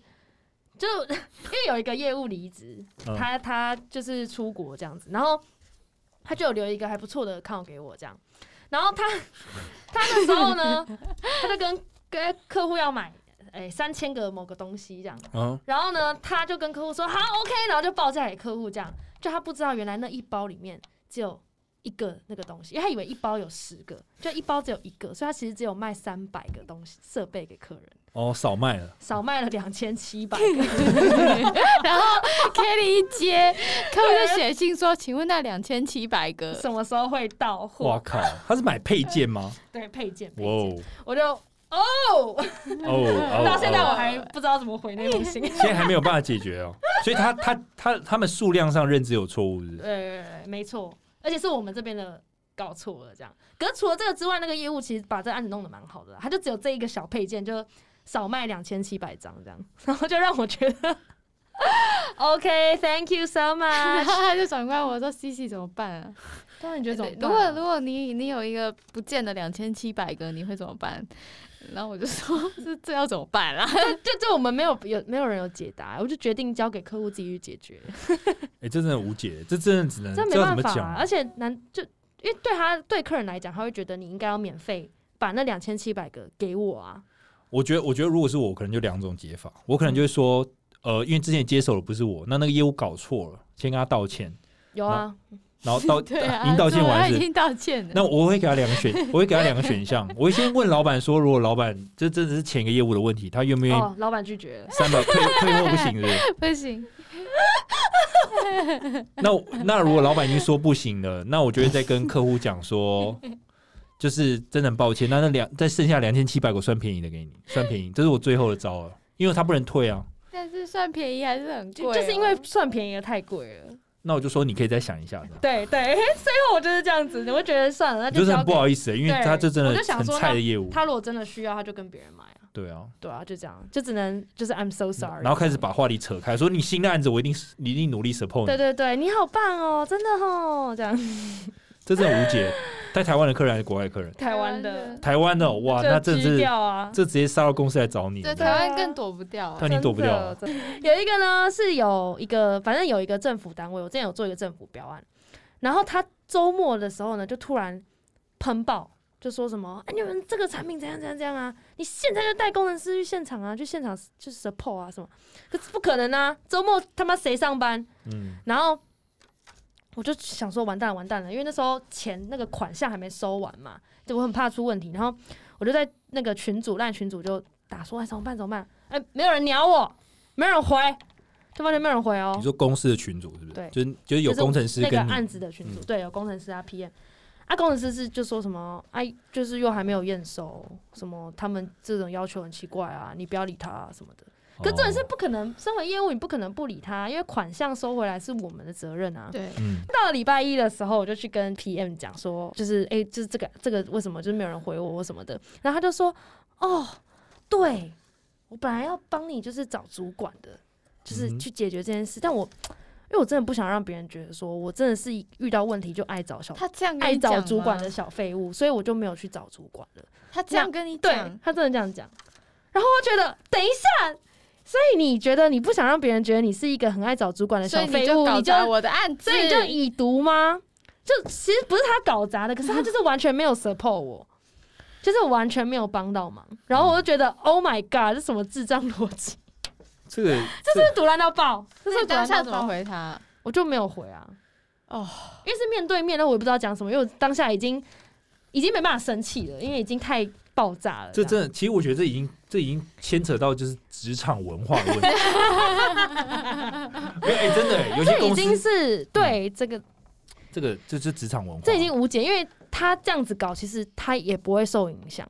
[SPEAKER 2] 就因为有一个业务离职，
[SPEAKER 3] 嗯
[SPEAKER 2] 他他就是出国这样子，然后他就有留一个还不错的 account 给我这样，然后他他那时候
[SPEAKER 3] *laughs*
[SPEAKER 2] 呢，他就跟跟客户要买哎三千个某个东西这样，
[SPEAKER 3] 嗯，
[SPEAKER 2] 然后呢，他就跟客户说好 OK，然后就报价给客户，这样就他不知道原来那一包里面只有一个那个东西，因为他以为一包有十个，就一包只有一个，所以他其实只有卖三百个东西设备给客人，
[SPEAKER 3] 哦，少卖了，
[SPEAKER 2] 少卖了两千七百 *laughs* 个。
[SPEAKER 1] 然后 Kelly 一接，客户就写信说：“请问那两千七百个
[SPEAKER 2] 什么时候会到
[SPEAKER 3] 哇
[SPEAKER 2] 货？
[SPEAKER 3] 靠，他是买配件吗？
[SPEAKER 2] 对，配件， *laughs* 配
[SPEAKER 3] 哇
[SPEAKER 2] 件，
[SPEAKER 3] 哦
[SPEAKER 2] *laughs* 我就哦，
[SPEAKER 3] 哦
[SPEAKER 2] *laughs*
[SPEAKER 3] 哦，
[SPEAKER 2] 到现在
[SPEAKER 3] 哦
[SPEAKER 2] 我还不知道怎么回那封信。
[SPEAKER 3] 现在还没有办法解决哦，所以他他他他们数量上认知有错误，是不是？
[SPEAKER 2] 呃，没错，而且是我们这边的搞错了这样。可是除了这个之外，那个业务其实把这个案子弄得蛮好的啦，他就只有这一个小配件就少卖两千七百张这样， *laughs* 然后就让我觉得，OK，Thank、you so？”
[SPEAKER 1] 然
[SPEAKER 2] much。
[SPEAKER 1] 后他就转过来我说：“C C 怎么办啊？
[SPEAKER 2] *laughs* 当然你觉得怎么
[SPEAKER 1] 如
[SPEAKER 2] 办
[SPEAKER 1] 果
[SPEAKER 2] 啊？
[SPEAKER 1] 如果你你有一个不见的两千七百个，你会怎么办？”然后我就说：“这这要怎么办 *laughs* 啊？”
[SPEAKER 2] 就就我们没有有没有人有解答，我就决定交给客户自己去解决，
[SPEAKER 3] 哎，这真的无解，这真的只能
[SPEAKER 2] 这
[SPEAKER 3] 知
[SPEAKER 2] 没
[SPEAKER 3] 道怎
[SPEAKER 2] 办
[SPEAKER 3] 么
[SPEAKER 2] 法、
[SPEAKER 3] 讲
[SPEAKER 2] 啊。
[SPEAKER 3] 啊
[SPEAKER 2] 而。且难就因为对他对客人来讲，他会觉得你应该要免费把那两千七百个给我啊。
[SPEAKER 3] 我觉得，我觉得如果是我，可能就两种解法，我可能就会
[SPEAKER 1] 嗯
[SPEAKER 3] 说，呃，因为之前接手的不是我，那那个业务搞错了，先跟他道歉，
[SPEAKER 2] 有啊，
[SPEAKER 3] 然后道
[SPEAKER 1] *laughs*
[SPEAKER 3] 呃
[SPEAKER 1] 对啊，
[SPEAKER 3] 已经道歉
[SPEAKER 1] 对啊
[SPEAKER 3] 完
[SPEAKER 1] 他
[SPEAKER 3] 是
[SPEAKER 1] 已经道歉了。
[SPEAKER 3] 那我会给他两个选，我会给他两个选项。我会先问老板说，如果老板这真的是前一个业务的问题，他愿不愿意
[SPEAKER 2] 哦，老板拒绝了，
[SPEAKER 3] 三
[SPEAKER 1] *laughs*
[SPEAKER 3] 百退退货不行是不是？
[SPEAKER 1] *laughs* 不行，
[SPEAKER 3] 那我那如果老板已经说不行了，那我就会再跟客户讲
[SPEAKER 1] *laughs*
[SPEAKER 3] 说，就是真的很抱歉，那那两再剩下两千七百，我算便宜的给你，算便宜，这是我最后的招了，因为他不能退啊。
[SPEAKER 1] 但是算便宜还是很贵
[SPEAKER 2] 就
[SPEAKER 1] 哦，
[SPEAKER 2] 就是因为算便宜的太贵了。
[SPEAKER 3] 那我就说你可以再想一下的，
[SPEAKER 2] 对对， *laughs* 最后我就是这样子，我觉得算了，那
[SPEAKER 3] 我就是
[SPEAKER 2] 交
[SPEAKER 3] 很
[SPEAKER 2] 给
[SPEAKER 3] 不好意思、因为
[SPEAKER 2] 对
[SPEAKER 3] 他这真的
[SPEAKER 2] 我就想
[SPEAKER 3] 很
[SPEAKER 2] 说
[SPEAKER 3] 菜
[SPEAKER 2] 那
[SPEAKER 3] 的业务，
[SPEAKER 2] 他如果真的需要，他就跟别人买啊。
[SPEAKER 3] 对啊。
[SPEAKER 2] 对啊，就这样，就只能就是 I'm so sorry。
[SPEAKER 3] 然后开始把话题扯开，说你新的案子我一定是你一定努力 support
[SPEAKER 2] 对
[SPEAKER 3] 你，
[SPEAKER 2] 对对，你好棒哦，真的哦，这样
[SPEAKER 3] 这真的
[SPEAKER 2] *laughs*
[SPEAKER 3] 无解。在台湾的客人还是国外客人？
[SPEAKER 2] 台湾的
[SPEAKER 3] 台湾的哇，
[SPEAKER 2] 就
[SPEAKER 3] 那真的
[SPEAKER 2] 嗯低
[SPEAKER 3] 是
[SPEAKER 2] 调啊。
[SPEAKER 3] 这直接杀到公司来找你，
[SPEAKER 1] 对
[SPEAKER 3] 那
[SPEAKER 1] 台湾更躲不掉啊。
[SPEAKER 3] 你躲不掉啊。
[SPEAKER 2] 真的真的有一个呢，是有一个，反正有一个政府单位，我之前有做一个政府标案，然后他周末的时候呢，就突然喷爆，就说什么：“哎、你们这个产品怎样怎样怎样啊？你现在就带工程师去现场啊，去现场去 support 啊什么？可是不可能啊！周末他妈谁上班？
[SPEAKER 3] 嗯，
[SPEAKER 2] 然后我就想说完蛋了，完蛋了，因为那时候钱那个款项还没收完嘛，就我很怕出问题。然后我就在那个群组烂群组就打说，哎，怎么办？怎么办？哎，没有人鸟我，没有人回，就完全没有人回哦
[SPEAKER 3] 你。说公司的群主是不是？
[SPEAKER 2] 对
[SPEAKER 3] 就是就是有
[SPEAKER 2] 就是
[SPEAKER 3] 工程师
[SPEAKER 2] 那
[SPEAKER 3] 跟
[SPEAKER 2] 个
[SPEAKER 3] 你
[SPEAKER 2] 案子的群组，对，有工程师啊 PM。啊，工程师是就说什么，哎、就是又还没有验收，什么他们这种要求很奇怪啊，你不要理他、啊、什么的。可重点是
[SPEAKER 3] 哦
[SPEAKER 2] 不可能，身为业务你不可能不理他，因为款项收回来是我们的责任啊。
[SPEAKER 1] 对，
[SPEAKER 3] 嗯，
[SPEAKER 2] 到了礼拜一的时候，我就去跟 PM 讲说，就是诶，就是这个这个为什么就是没有人回我或什么的，然后他就说，哦，对我本来要帮你就是找主管的，就是
[SPEAKER 3] 嗯
[SPEAKER 2] 去解决这件事，但我因为我真的不想让别人觉得说我真的是遇到问题就爱找小
[SPEAKER 1] 他这样跟
[SPEAKER 2] 爱
[SPEAKER 1] 你
[SPEAKER 2] 找
[SPEAKER 1] 讲
[SPEAKER 2] 主管的
[SPEAKER 1] 吗，
[SPEAKER 2] 小废物，所以我就没有去找主管了。
[SPEAKER 1] 他这样跟你
[SPEAKER 2] 对
[SPEAKER 1] 讲，
[SPEAKER 2] 他真的这样讲，然后我觉得等一下。所以你觉得你不想让别人觉得你是一个很爱找主管的
[SPEAKER 1] 所
[SPEAKER 2] 小
[SPEAKER 1] 以
[SPEAKER 2] 废
[SPEAKER 1] 你就
[SPEAKER 2] 物，
[SPEAKER 1] 搞
[SPEAKER 2] 你就
[SPEAKER 1] 砸我的案子，
[SPEAKER 2] 所以就已读吗？就其实不是他搞砸的，可是他就是完全没有 support 我，就是完全没有帮到忙。然后我就觉得、Oh my God，这什么智障逻辑？
[SPEAKER 3] 这个
[SPEAKER 2] 这
[SPEAKER 3] 这
[SPEAKER 2] 是堵烂到爆，这
[SPEAKER 1] 那
[SPEAKER 2] 是
[SPEAKER 1] 你
[SPEAKER 2] 堵
[SPEAKER 1] 当
[SPEAKER 2] 烂
[SPEAKER 1] 下
[SPEAKER 2] 到
[SPEAKER 1] 怎么
[SPEAKER 2] 爆。
[SPEAKER 1] 回他？
[SPEAKER 2] 我就没有回啊，
[SPEAKER 1] 哦，
[SPEAKER 2] 因为是面对面，那我也不知道讲什么，因为我当下已经已经没办法生气了，因为已经太爆炸了。
[SPEAKER 3] 这
[SPEAKER 2] 这
[SPEAKER 3] 真
[SPEAKER 2] 样
[SPEAKER 3] 的，其实我觉得这已经这已经牵扯到就是职场文化
[SPEAKER 2] *laughs*
[SPEAKER 3] 的问题。没有哎、哎真的、有些
[SPEAKER 2] 这已
[SPEAKER 3] 公
[SPEAKER 2] 经
[SPEAKER 3] 司嗯
[SPEAKER 2] 是对这个
[SPEAKER 3] 这个这就是职场文化，
[SPEAKER 2] 这已经无解，因为他这样子搞，其实他也不会受影响，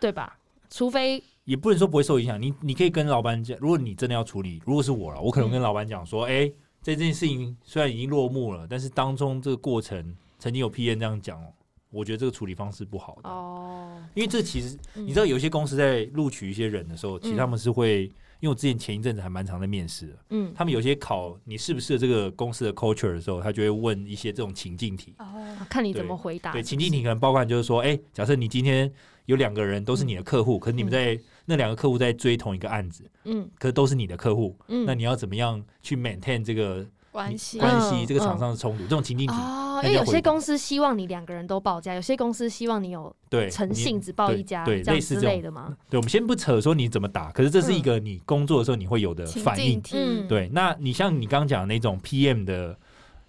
[SPEAKER 2] 对吧？除非
[SPEAKER 3] 也不能说不会受影响。你你可以跟老板讲，如果你真的要处理，如果是我了，我
[SPEAKER 2] 嗯
[SPEAKER 3] 可能跟老板讲说，哎、这件事情虽然已经落幕了，但是当中这个过程曾经有 P N 这样讲哦，我觉得这个处理方式不好的，
[SPEAKER 2] 哦，
[SPEAKER 3] 因为这其实你
[SPEAKER 2] 你
[SPEAKER 3] 知道，有些公司在录取一些人的时候，其实他们是会，因为我之前前一阵子还蛮常在面试的，
[SPEAKER 2] 嗯
[SPEAKER 3] 他们有些考你适不适合这个公司的 culture 的时候，他就会问一些这种情境题。
[SPEAKER 1] 哦，
[SPEAKER 2] 啊看你怎么回答。
[SPEAKER 3] 对，情境题可能包括就是说，哎、假设你今天有两个人都是你的客户，可是你们在、那两个客户在追同一个案子，
[SPEAKER 2] 嗯
[SPEAKER 3] 可是都是你的客户，
[SPEAKER 2] 嗯，
[SPEAKER 3] 那你要怎么样去 maintain 这个
[SPEAKER 1] 关
[SPEAKER 3] 你
[SPEAKER 1] 系
[SPEAKER 3] 关系
[SPEAKER 2] 嗯
[SPEAKER 3] 这个厂商的冲突？这种情境题，
[SPEAKER 2] 哦，
[SPEAKER 3] 那
[SPEAKER 2] 因为有
[SPEAKER 3] 就回
[SPEAKER 2] 些
[SPEAKER 3] 答
[SPEAKER 2] 公司希望你两个人都报价，有些公司希望你有
[SPEAKER 3] 对，
[SPEAKER 2] 诚
[SPEAKER 3] 你
[SPEAKER 2] 信只报一家，
[SPEAKER 3] 对对
[SPEAKER 2] 这
[SPEAKER 3] 类
[SPEAKER 2] 样
[SPEAKER 3] 似
[SPEAKER 2] 之
[SPEAKER 3] 这种
[SPEAKER 2] 类的嗯嘛。
[SPEAKER 3] 对，我们先不扯说你怎么打，可是这是一个你工作的时候你会有的
[SPEAKER 1] 情
[SPEAKER 3] 反应
[SPEAKER 1] 境。
[SPEAKER 2] 嗯
[SPEAKER 1] 题，
[SPEAKER 3] 对，那你像你刚刚讲的那种 PM 的，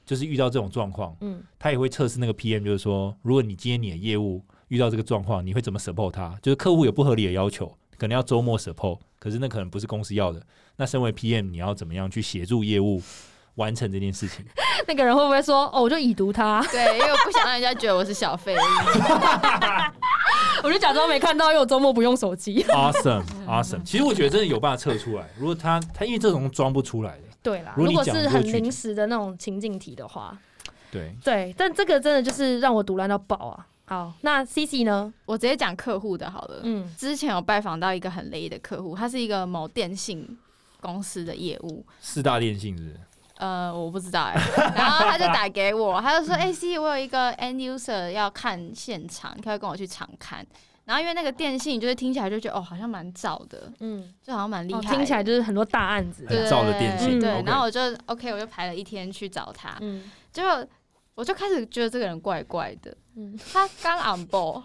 [SPEAKER 3] 就是遇到这种状况，
[SPEAKER 2] 嗯，
[SPEAKER 3] 他也会测试那个 PM，就是说，如果你今天你的业务遇到这个状况，你会怎么 support 他？就是客户有不合理的要求，可能要周末 support，可是那可能不是公司要的。那身为 PM，你要怎么样去协助业务完成这件事情？
[SPEAKER 2] 那个人会不会说哦，我就已读
[SPEAKER 3] *laughs*
[SPEAKER 2] 他，
[SPEAKER 1] *laughs* 对，因为我不想让人家觉得我是小废物。
[SPEAKER 2] 我就假装没看到，因为我周末不用手
[SPEAKER 3] *laughs*
[SPEAKER 2] 机。
[SPEAKER 3] awesome
[SPEAKER 1] 嗯
[SPEAKER 3] awesome，其实我觉得真的有办法测出来。如果他他因为这种装不出来的，
[SPEAKER 2] 对啦，
[SPEAKER 3] 如果
[SPEAKER 2] 如
[SPEAKER 3] 你
[SPEAKER 2] 果
[SPEAKER 3] 讲
[SPEAKER 2] 是
[SPEAKER 3] 过
[SPEAKER 2] 很
[SPEAKER 3] 去
[SPEAKER 2] 临时的那种情境题的话，
[SPEAKER 3] 对，
[SPEAKER 2] 对，但这个真的就是让我堵烂到爆啊。 *laughs* 好，那 C C 呢？
[SPEAKER 1] 我直接讲客户的好了。
[SPEAKER 2] 嗯
[SPEAKER 1] 之前有拜访到一个很雷的客户，他是一个某电信公司的业务，
[SPEAKER 3] 四大电信是不是？
[SPEAKER 1] 呃，我不知道哎、 *laughs* 然后他就打给我，他就
[SPEAKER 2] *laughs*
[SPEAKER 1] 说：“哎、c 我有一个 end user 要看现场，你可不可以跟我去场看。”然后因为那个电信，就是听起来就觉得哦，好像蛮早的，
[SPEAKER 2] 嗯，
[SPEAKER 1] 就好像蛮厉害
[SPEAKER 2] 哦
[SPEAKER 1] 的、
[SPEAKER 2] 听起来就是很多大案子。
[SPEAKER 1] 对
[SPEAKER 3] 很早的电嗯
[SPEAKER 2] 信
[SPEAKER 1] 对。
[SPEAKER 3] OK
[SPEAKER 1] 然后我就 OK，我就排了一天去找他，
[SPEAKER 2] 嗯，
[SPEAKER 1] 结果我就开始觉得这个人怪怪的。
[SPEAKER 2] 嗯
[SPEAKER 1] 他刚 on board，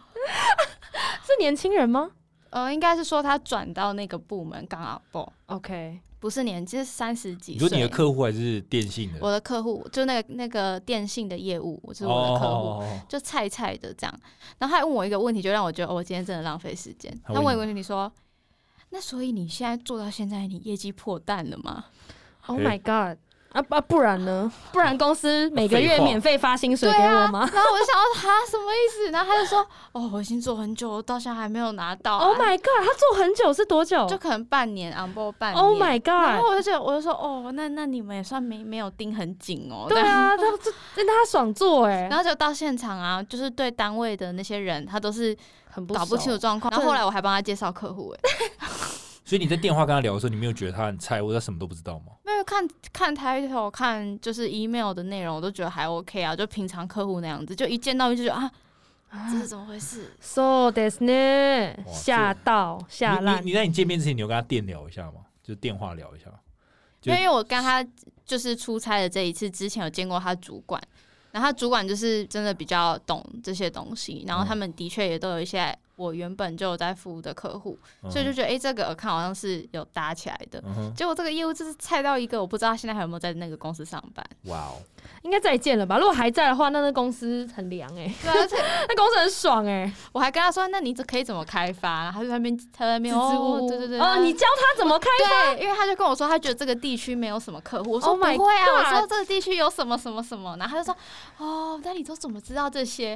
[SPEAKER 2] 是年轻人吗？
[SPEAKER 1] 呃，应该是说他转到那个部门刚好不
[SPEAKER 2] OK，
[SPEAKER 1] 不是年纪，是三十几
[SPEAKER 3] 你说
[SPEAKER 1] 岁。
[SPEAKER 3] 你的客户还是电信的？
[SPEAKER 1] 我的客户就那个那个电信的业务，我是我的客户。
[SPEAKER 3] 哦哦哦哦
[SPEAKER 1] 就菜菜的这样。然后他还问我一个问题，就让我觉得、哦、我今天真的浪费时间。他
[SPEAKER 3] 他问
[SPEAKER 1] 问我一个
[SPEAKER 3] 你
[SPEAKER 1] 问题，你说：“那所以你现在做到现在，你业绩破蛋了吗 *laughs*
[SPEAKER 2] Oh my god！啊啊，不然呢？ *laughs* 不然公司每个
[SPEAKER 3] 废
[SPEAKER 2] 月
[SPEAKER 3] 话
[SPEAKER 2] 免费发薪水
[SPEAKER 1] 对
[SPEAKER 2] 给
[SPEAKER 1] 啊
[SPEAKER 2] 我？”吗
[SPEAKER 1] 然后我就想到他什么意思？然后他就说：“哦，我已经做很久，我到现在还没有拿到啊、
[SPEAKER 2] ？Oh my god！他做很久是多久
[SPEAKER 1] 就可能半年 on board 半年。
[SPEAKER 2] ？Oh my
[SPEAKER 1] 然
[SPEAKER 2] god！
[SPEAKER 1] 后我就觉得，我就说：“哦，那那你们也算没没有盯很紧哦。”
[SPEAKER 2] 对。啊，他这那他爽做哎，
[SPEAKER 1] *laughs* 然后就到现场啊，就是对单位的那些人，他都是
[SPEAKER 2] 很不
[SPEAKER 1] 搞不清楚
[SPEAKER 2] 熟。
[SPEAKER 1] 状况。然后后来我还帮他介绍客户、欸，
[SPEAKER 3] 所以你在电话跟他聊的时候，你没有觉得他很菜，或者他什么都不知道吗？
[SPEAKER 1] 没有看看 title，看就是 email 的内容，我都觉得还 OK 啊，就平常客户那样子，就一见到面就觉得啊，这是怎么回事？
[SPEAKER 2] So this
[SPEAKER 3] 哇
[SPEAKER 2] 呢？吓到吓
[SPEAKER 3] 你
[SPEAKER 2] 烂
[SPEAKER 3] 你你在你见面之前，你有跟他电聊一下吗？就电话聊一下。就
[SPEAKER 1] 因为我跟他就是出差的这一次之前有见过他主管，然后他主管就是真的比较懂这些东西，然后他们的确也都有一些我原本就有在服务的客户，
[SPEAKER 3] 嗯
[SPEAKER 1] 所以就觉得诶，这个 account 好像是有搭起来的。
[SPEAKER 3] 嗯哼，
[SPEAKER 1] 结果这个业务就是菜到一个，我不知道他现在还有没有在那个公司上班。
[SPEAKER 3] 哇
[SPEAKER 1] *laughs*
[SPEAKER 3] 哦，
[SPEAKER 2] 应该再见了吧？如果还在的话，那那公司很凉哎，
[SPEAKER 1] 对啊，而且
[SPEAKER 2] *laughs* 那公司很爽哎，
[SPEAKER 1] 我还跟他说，那你可以怎么开发？然后他就在那边，他在那边
[SPEAKER 2] 支支吾
[SPEAKER 1] 哦，
[SPEAKER 2] 吾。
[SPEAKER 1] 对对对，
[SPEAKER 2] 哦，
[SPEAKER 1] 他
[SPEAKER 2] 你教他怎么开？
[SPEAKER 1] 对，啊因为他就跟我说，他觉得这个地区没有什么客户。我说
[SPEAKER 2] Oh
[SPEAKER 1] 不
[SPEAKER 2] my
[SPEAKER 1] 会啊，我
[SPEAKER 2] God
[SPEAKER 1] 说这个地区有什么什么什么，然后他就说，哦，那你都怎么知道这些？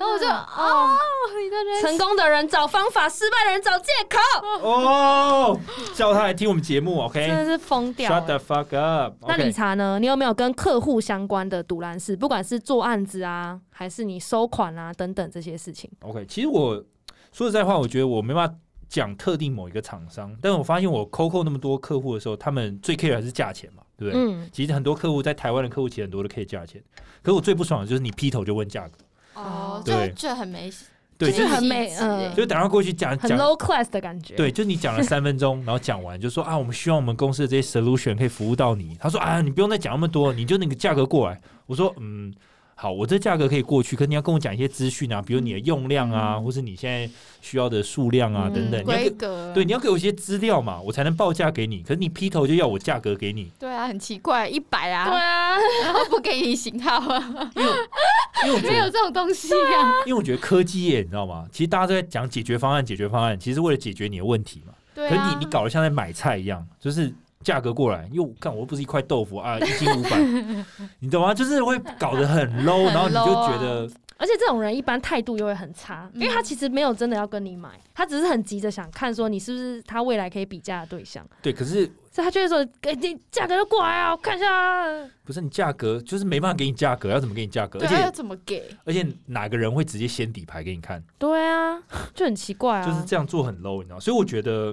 [SPEAKER 1] 然后我就啊
[SPEAKER 2] 哦，
[SPEAKER 1] 你的人
[SPEAKER 2] 成功的人找方法，失败的人找借口，
[SPEAKER 3] 哦，叫他来听我们节目
[SPEAKER 2] 真的
[SPEAKER 3] ，OK？Shut
[SPEAKER 2] 是疯掉欸。
[SPEAKER 3] 哎 the fuck up。
[SPEAKER 2] 那理查呢？你有没有跟客户相关的独揽事？不管是做案子啊，还是你收款啊等等这些事情，
[SPEAKER 3] OK，其实我说实在话，我觉得我没办法讲特定某一个厂商，但我发现我扣扣那么多客户的时候，他们最 care 还是价钱嘛，对不对？
[SPEAKER 2] 嗯，
[SPEAKER 3] 其实很多客户在台湾的客户，其实很多都 care 价钱，可是我最不爽的就是你劈头就问价格，
[SPEAKER 1] 哦，就
[SPEAKER 3] 对
[SPEAKER 1] 就很没，
[SPEAKER 3] 对，
[SPEAKER 2] 就是
[SPEAKER 3] 就
[SPEAKER 2] 很美
[SPEAKER 1] 气质
[SPEAKER 2] 嗯
[SPEAKER 1] 欸
[SPEAKER 3] 就打电话过去讲
[SPEAKER 2] 很
[SPEAKER 3] 讲
[SPEAKER 2] low class 的感觉。
[SPEAKER 3] 对，，就你讲了三分钟，然后讲完就说啊，我们希望我们公司的这些 solution 可以服务到你。他说啊，你不用再讲那么多，你就那个价格过来。我说嗯，好，我这价格可以过去，可你要跟我讲一些资讯啊，比如你的用量啊，
[SPEAKER 1] 嗯
[SPEAKER 3] 或是你现在需要的数量啊、
[SPEAKER 2] 嗯
[SPEAKER 3] 等等。你要
[SPEAKER 1] 规
[SPEAKER 3] 给
[SPEAKER 1] 格，
[SPEAKER 3] 对，你要给我一些资料嘛，我才能报价给你。可是你劈头就要我价格给你，
[SPEAKER 1] 对啊，很奇怪，一百
[SPEAKER 2] 对
[SPEAKER 1] 啊，
[SPEAKER 2] 啊，
[SPEAKER 1] *laughs* 然后不给你型号啊，
[SPEAKER 3] 因为我觉
[SPEAKER 1] 没有
[SPEAKER 3] 得，
[SPEAKER 1] 这种东西啊，
[SPEAKER 3] 因为我觉得科技业，你知道吗？其实大家都在讲解决方案，解决方案，其实为了解决你的问题嘛。
[SPEAKER 1] 对
[SPEAKER 3] 可
[SPEAKER 1] 啊，
[SPEAKER 3] 你你搞得像在买菜一样，就是价格过来，因为我看我又不是一块豆腐啊，一斤五百，
[SPEAKER 1] *laughs*
[SPEAKER 3] 你懂吗？就是会搞得很 low，
[SPEAKER 1] 很
[SPEAKER 3] 然后你就
[SPEAKER 1] low 啊
[SPEAKER 3] 觉得
[SPEAKER 2] 而且这种人一般态度又会很差，因为他其实没有真的要跟你买，他只是很急着想看说你是不是他未来可以比价的对象，
[SPEAKER 3] 对，可是
[SPEAKER 2] 所以他就会说：“给、你价格就过来啊，我看一下啊。
[SPEAKER 3] 不是你价格就是没办法给你价格，要怎么给你价格？而
[SPEAKER 1] 对啊，要
[SPEAKER 3] 且
[SPEAKER 1] 怎么给？
[SPEAKER 3] 而且哪个人会直接掀底牌给你看？”
[SPEAKER 2] 对啊，就很奇怪啊。
[SPEAKER 3] 就是这样做很 low，你知道？所以我觉得，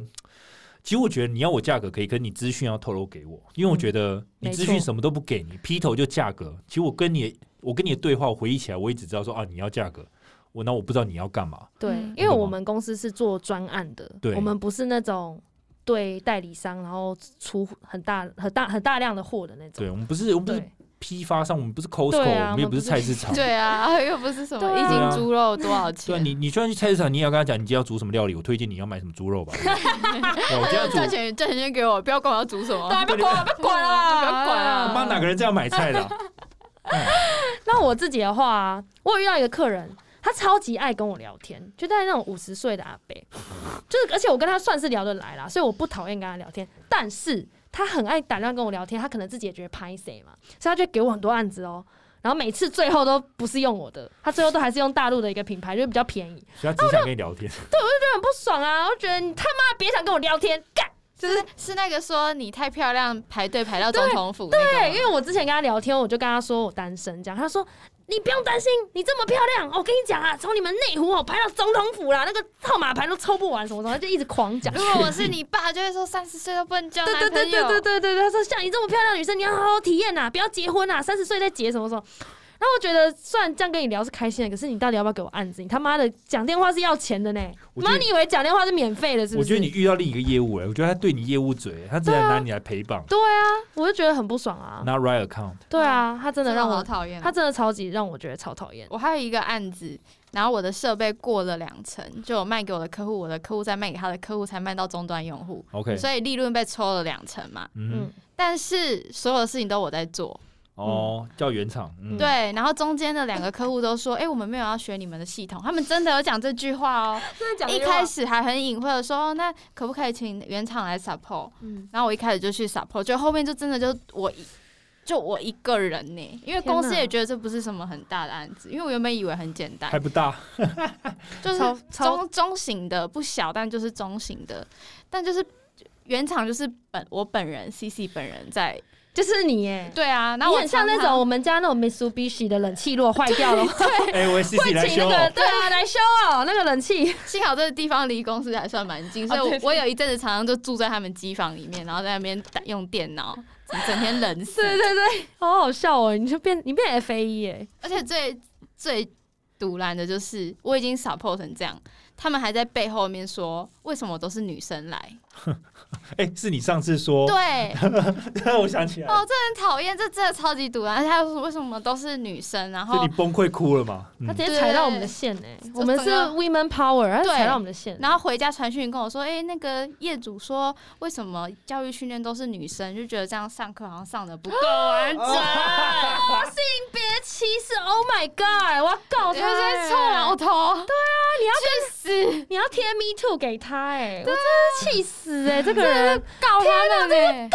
[SPEAKER 3] 其实我觉得你要我价格可以，可是你资讯要透露给我，因为我觉
[SPEAKER 1] 嗯
[SPEAKER 3] 得你
[SPEAKER 2] 没
[SPEAKER 3] 资讯
[SPEAKER 2] 错
[SPEAKER 3] 什么都不给你，劈头就价格。其实我跟你我跟你的对话，我回忆起来，我也只知道说啊你要价格，我那我不知道你要干嘛。
[SPEAKER 2] 对，
[SPEAKER 1] 嗯
[SPEAKER 2] 因为我们公司是做专案的，
[SPEAKER 3] 对
[SPEAKER 2] 我们不是那种对代理商然后出很大很大很大量的货的那种。
[SPEAKER 3] 对我们不是我们不是
[SPEAKER 2] 对，
[SPEAKER 3] 批发商，我们不是 Costco，、
[SPEAKER 2] 对啊
[SPEAKER 3] 我们也不是菜市
[SPEAKER 1] *laughs*
[SPEAKER 3] 场。
[SPEAKER 1] 对啊，又不是什
[SPEAKER 2] 对
[SPEAKER 1] 么
[SPEAKER 2] 啊
[SPEAKER 1] 一斤猪肉多少
[SPEAKER 3] 对啊，
[SPEAKER 1] 钱，
[SPEAKER 3] 你你就算去菜市场，你也要跟他讲你今天要煮什么料理，我推荐你要买什么猪肉吧。对我今天
[SPEAKER 1] *laughs*
[SPEAKER 3] 要
[SPEAKER 1] 赚
[SPEAKER 3] 煮，
[SPEAKER 1] 钱赚钱就给我，不要管我要煮什么，
[SPEAKER 2] 对，不要管了，不要管了，
[SPEAKER 1] 不要管啊
[SPEAKER 3] 妈哪个人这样买菜的啊、
[SPEAKER 2] 那我自己的话、啊，我有遇到一个客人，他超级爱跟我聊天，就在那种五十岁的阿伯， *laughs* 就是而且我跟他算是聊得来啦，所以我不讨厌跟他聊天，但是他很爱打电话跟我聊天，他可能自己也觉得拍谁嘛，所以他就给我很多案子哦。然后每次最后都不是用我的，他最后都还是用大陆的一个品牌，就比较便宜。
[SPEAKER 3] *laughs* 所以他只想跟你聊天。
[SPEAKER 2] 很不爽啊！我觉得你他妈别想跟我聊天，干！
[SPEAKER 1] 就是是那个说你太漂亮，排队排到总统府
[SPEAKER 2] 对，
[SPEAKER 1] 那
[SPEAKER 2] 因
[SPEAKER 1] 个吗。
[SPEAKER 2] 为我之前跟他聊天，我就跟他说我单身，这样他说你不用担心，你这么漂亮，我跟你讲啊，从你们内湖我排到总统府啦，那个号码牌都抽不完什么什么，他就一直狂讲。
[SPEAKER 1] 如果我是你爸，就会说三十岁都不能交
[SPEAKER 2] 对
[SPEAKER 1] 男朋
[SPEAKER 2] *laughs* 对
[SPEAKER 1] 友。
[SPEAKER 2] 对对对对对对，他说像你这么漂亮的女生，你要好好体验啊呐、不要结婚呐、三十岁再结什么什么。然后我觉得，虽然这样跟你聊是开心的，可是你到底要不要给我案子？你他妈的讲电话是要钱的呢！
[SPEAKER 3] 我觉
[SPEAKER 2] 妈，
[SPEAKER 3] 得
[SPEAKER 2] 你以为讲电话是免费的？是不是？
[SPEAKER 3] 我觉得你遇到另一个业务哎、我觉得他对你业务嘴，他只想拿你来陪绑、
[SPEAKER 2] 对啊，我就觉得很不爽啊。
[SPEAKER 3] n o t right account。
[SPEAKER 2] 对啊，他
[SPEAKER 1] 真
[SPEAKER 2] 真的
[SPEAKER 1] 的
[SPEAKER 2] 让
[SPEAKER 1] 让
[SPEAKER 2] 我
[SPEAKER 1] 我讨厌。
[SPEAKER 2] 他真的超级让我觉得超讨厌。
[SPEAKER 1] 我还有一个案子，然后我的设备过了两层，就我卖给我的客户，我的客户再卖给他的客户，才卖到终端用户，
[SPEAKER 3] OK，
[SPEAKER 1] 所以利润被抽了两成嘛。
[SPEAKER 3] 嗯
[SPEAKER 2] 嗯
[SPEAKER 3] 哼，
[SPEAKER 1] 但是所有的事情都我在做，
[SPEAKER 3] 哦，叫原厂，嗯，
[SPEAKER 1] 对。然后中间的两个客户都说：“哎、我们没有要学你们的系统。”他们真的有讲这句话哦。
[SPEAKER 2] 真的讲
[SPEAKER 1] 一开，始还很隐晦的说：“哦，那可不可以请原厂来 support？”
[SPEAKER 2] 嗯，
[SPEAKER 1] 然后我一开始就去 support，就后面就真的就我一就我一个人呢，因为公司
[SPEAKER 2] 天哪
[SPEAKER 1] 也觉得这不是什么很大的案子，因为我原本以为很简单
[SPEAKER 3] 还，不大，
[SPEAKER 1] 就是
[SPEAKER 2] 超超
[SPEAKER 1] 中中型的不小，但就是中型的，但就是原厂就是本我本人 CC 本人在
[SPEAKER 2] 就是你耶，
[SPEAKER 1] 对啊，然
[SPEAKER 2] 你
[SPEAKER 1] 后我
[SPEAKER 2] 很
[SPEAKER 1] 常
[SPEAKER 2] 像那
[SPEAKER 1] 常
[SPEAKER 2] 种我们家那种 Mitsubishi 的冷气，如果坏掉了，
[SPEAKER 3] 哎，我 C C 来
[SPEAKER 2] 会请
[SPEAKER 3] 修
[SPEAKER 2] 那个
[SPEAKER 3] 哦，
[SPEAKER 2] 对啊来修哦，那个冷气。
[SPEAKER 1] 幸好这个地方离公司还算蛮近，所以
[SPEAKER 2] 哦对
[SPEAKER 1] 我
[SPEAKER 2] 对
[SPEAKER 1] 我有一阵子常常就住在他们机房里面，然后在那边打用电脑，整天冷死。
[SPEAKER 2] *laughs* 对对对，好好笑哦！你就变你变 F A E 哎，
[SPEAKER 1] 而且最最堵拦的就是，我已经 support 成这样，他们还在背后面说为什么都是女生来？
[SPEAKER 3] 哎，是你上次
[SPEAKER 2] 哦
[SPEAKER 3] 说，
[SPEAKER 1] 对，
[SPEAKER 3] *laughs* 我想起来了，
[SPEAKER 1] 哦，这很讨厌，这真的超级堵拦。而且他说为什么都是女生？然
[SPEAKER 3] 所以
[SPEAKER 1] 后
[SPEAKER 3] 你崩溃哭了嘛？嗯
[SPEAKER 2] 他直接踩到我们的线哎，我们是
[SPEAKER 1] 整个
[SPEAKER 2] Women Power，他
[SPEAKER 1] 对
[SPEAKER 2] 踩到我们的线，
[SPEAKER 1] 然后回家传讯跟我说，哎、那个业主说为什么教育训练都是女生，就觉得这样上课好像上的不够啊
[SPEAKER 2] *laughs*
[SPEAKER 1] 完整。
[SPEAKER 2] 别歧视，Oh my God！我要告
[SPEAKER 1] 我
[SPEAKER 2] 他
[SPEAKER 1] 现在
[SPEAKER 2] 哎，
[SPEAKER 1] 臭老头，对啊，你要去死，
[SPEAKER 2] 你要贴 Me Too 给他哎，我真的气死哎，这个人
[SPEAKER 1] 告他们、欸！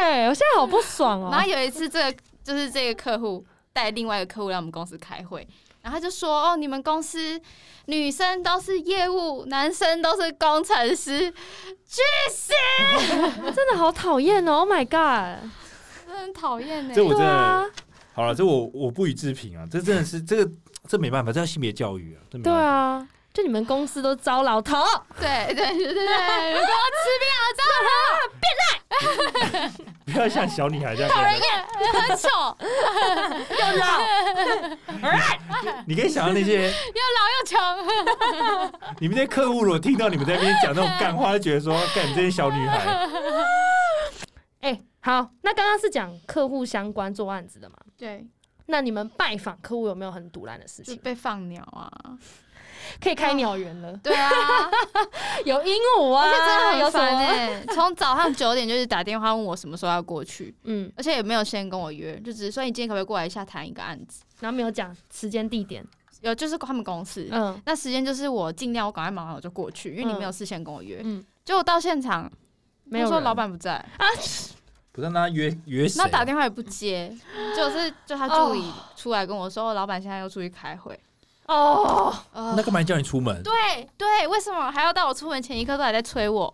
[SPEAKER 2] 哎，我现在好不爽哦。
[SPEAKER 1] 然后有一次，这个就是这个客户带另外一个客户来我们公司开会，然后他就说：“哦，你们公司女生都是业务，男生都是工程师，
[SPEAKER 2] 真的好讨厌哦！Oh my god！
[SPEAKER 1] 真的很讨厌呢。
[SPEAKER 3] 这”我真
[SPEAKER 2] 对啊
[SPEAKER 3] 的，嗯好了，这我我不予置评啊，这真的是这个这没办法，这要性别教育啊，
[SPEAKER 1] 嗯
[SPEAKER 3] 这没
[SPEAKER 2] 对
[SPEAKER 3] 办法，
[SPEAKER 2] 啊，就你们公司都招老头，
[SPEAKER 1] 对对对对对，如果
[SPEAKER 3] 不要像小女孩这样跟人家，
[SPEAKER 1] 很丑又
[SPEAKER 2] 又老，
[SPEAKER 3] 你可以想象那些 *laughs*
[SPEAKER 1] 老又穷，
[SPEAKER 3] 你们这些客户如果听到你们在那边讲那种干话，就觉得说干你这些小女孩，
[SPEAKER 2] 哎，好，那刚刚是讲客户相关做案子的嘛？
[SPEAKER 1] 对，
[SPEAKER 2] 那你们拜访客户有没有很堵烂的事
[SPEAKER 1] 就
[SPEAKER 2] 情？
[SPEAKER 1] 被放鸟啊，
[SPEAKER 2] 可以开鸟园
[SPEAKER 1] *laughs*
[SPEAKER 2] 了，
[SPEAKER 1] 对啊，
[SPEAKER 2] 有鹦鹉
[SPEAKER 1] 而
[SPEAKER 2] 啊，
[SPEAKER 1] 且真的
[SPEAKER 2] 有
[SPEAKER 1] 很
[SPEAKER 2] 什
[SPEAKER 1] 烦
[SPEAKER 2] 么？
[SPEAKER 1] 哎、从早上九点就是打电话问我什么时候要过去，
[SPEAKER 2] 嗯，
[SPEAKER 1] 而且也没有先跟我约，就只是说你今天可不可以过来一下谈一个案子，
[SPEAKER 2] 然后没有讲时间地点，
[SPEAKER 1] 有就是他们公司，
[SPEAKER 2] 嗯
[SPEAKER 1] 那时间就是我尽量我赶快忙完我就过去，因为你
[SPEAKER 2] 嗯
[SPEAKER 1] 没有事先跟我约。
[SPEAKER 2] 嗯，
[SPEAKER 1] 结果到现场，
[SPEAKER 2] 没
[SPEAKER 1] 他
[SPEAKER 2] 有
[SPEAKER 1] 说
[SPEAKER 2] 人
[SPEAKER 1] 老板不在，
[SPEAKER 3] 不让他约约谁啊
[SPEAKER 1] 那？打电话也不接， *gasps* 就是就他助理出来跟我说，老板现在要出去开会。
[SPEAKER 2] 哦，
[SPEAKER 1] 呃
[SPEAKER 3] 那干嘛叫你出门？
[SPEAKER 1] 对对，为什么还要到我出门前一刻都还在催我？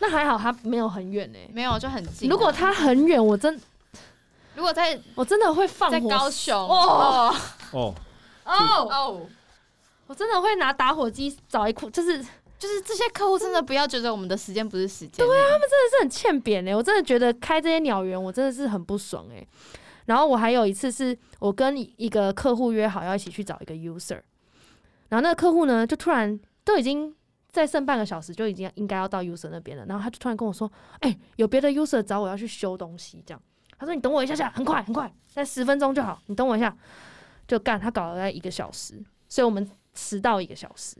[SPEAKER 2] 那还好他没有很远哎。
[SPEAKER 1] 没有，就很近啊。
[SPEAKER 2] 如果他很远，我真
[SPEAKER 1] 如果在
[SPEAKER 2] 我真的会放
[SPEAKER 1] 在
[SPEAKER 2] 火，
[SPEAKER 1] 高雄，
[SPEAKER 2] 哦
[SPEAKER 1] 哦
[SPEAKER 3] 哦，
[SPEAKER 2] 哦，
[SPEAKER 1] 哦，
[SPEAKER 2] 我真的会拿打火机找一块，就是
[SPEAKER 1] 就是这些客户真的不要觉得我们的时间不是时间。对啊，
[SPEAKER 2] 真的是很欠扁哎、我真的觉得开这些鸟园，我真的是很不爽哎、然后我还有一次是我跟一个客户约好要一起去找一个 user，然后那个客户呢就突然都已经再剩半个小时就已经应该要到 user 那边了，然后他就突然跟我说：“哎、有别的 user 找我要去修东西，这样。”他说：“你等我一下下，很快很快，在十分钟就好，你等我一下。”就干，他搞了大概一个小时，所以我们迟到一个小时。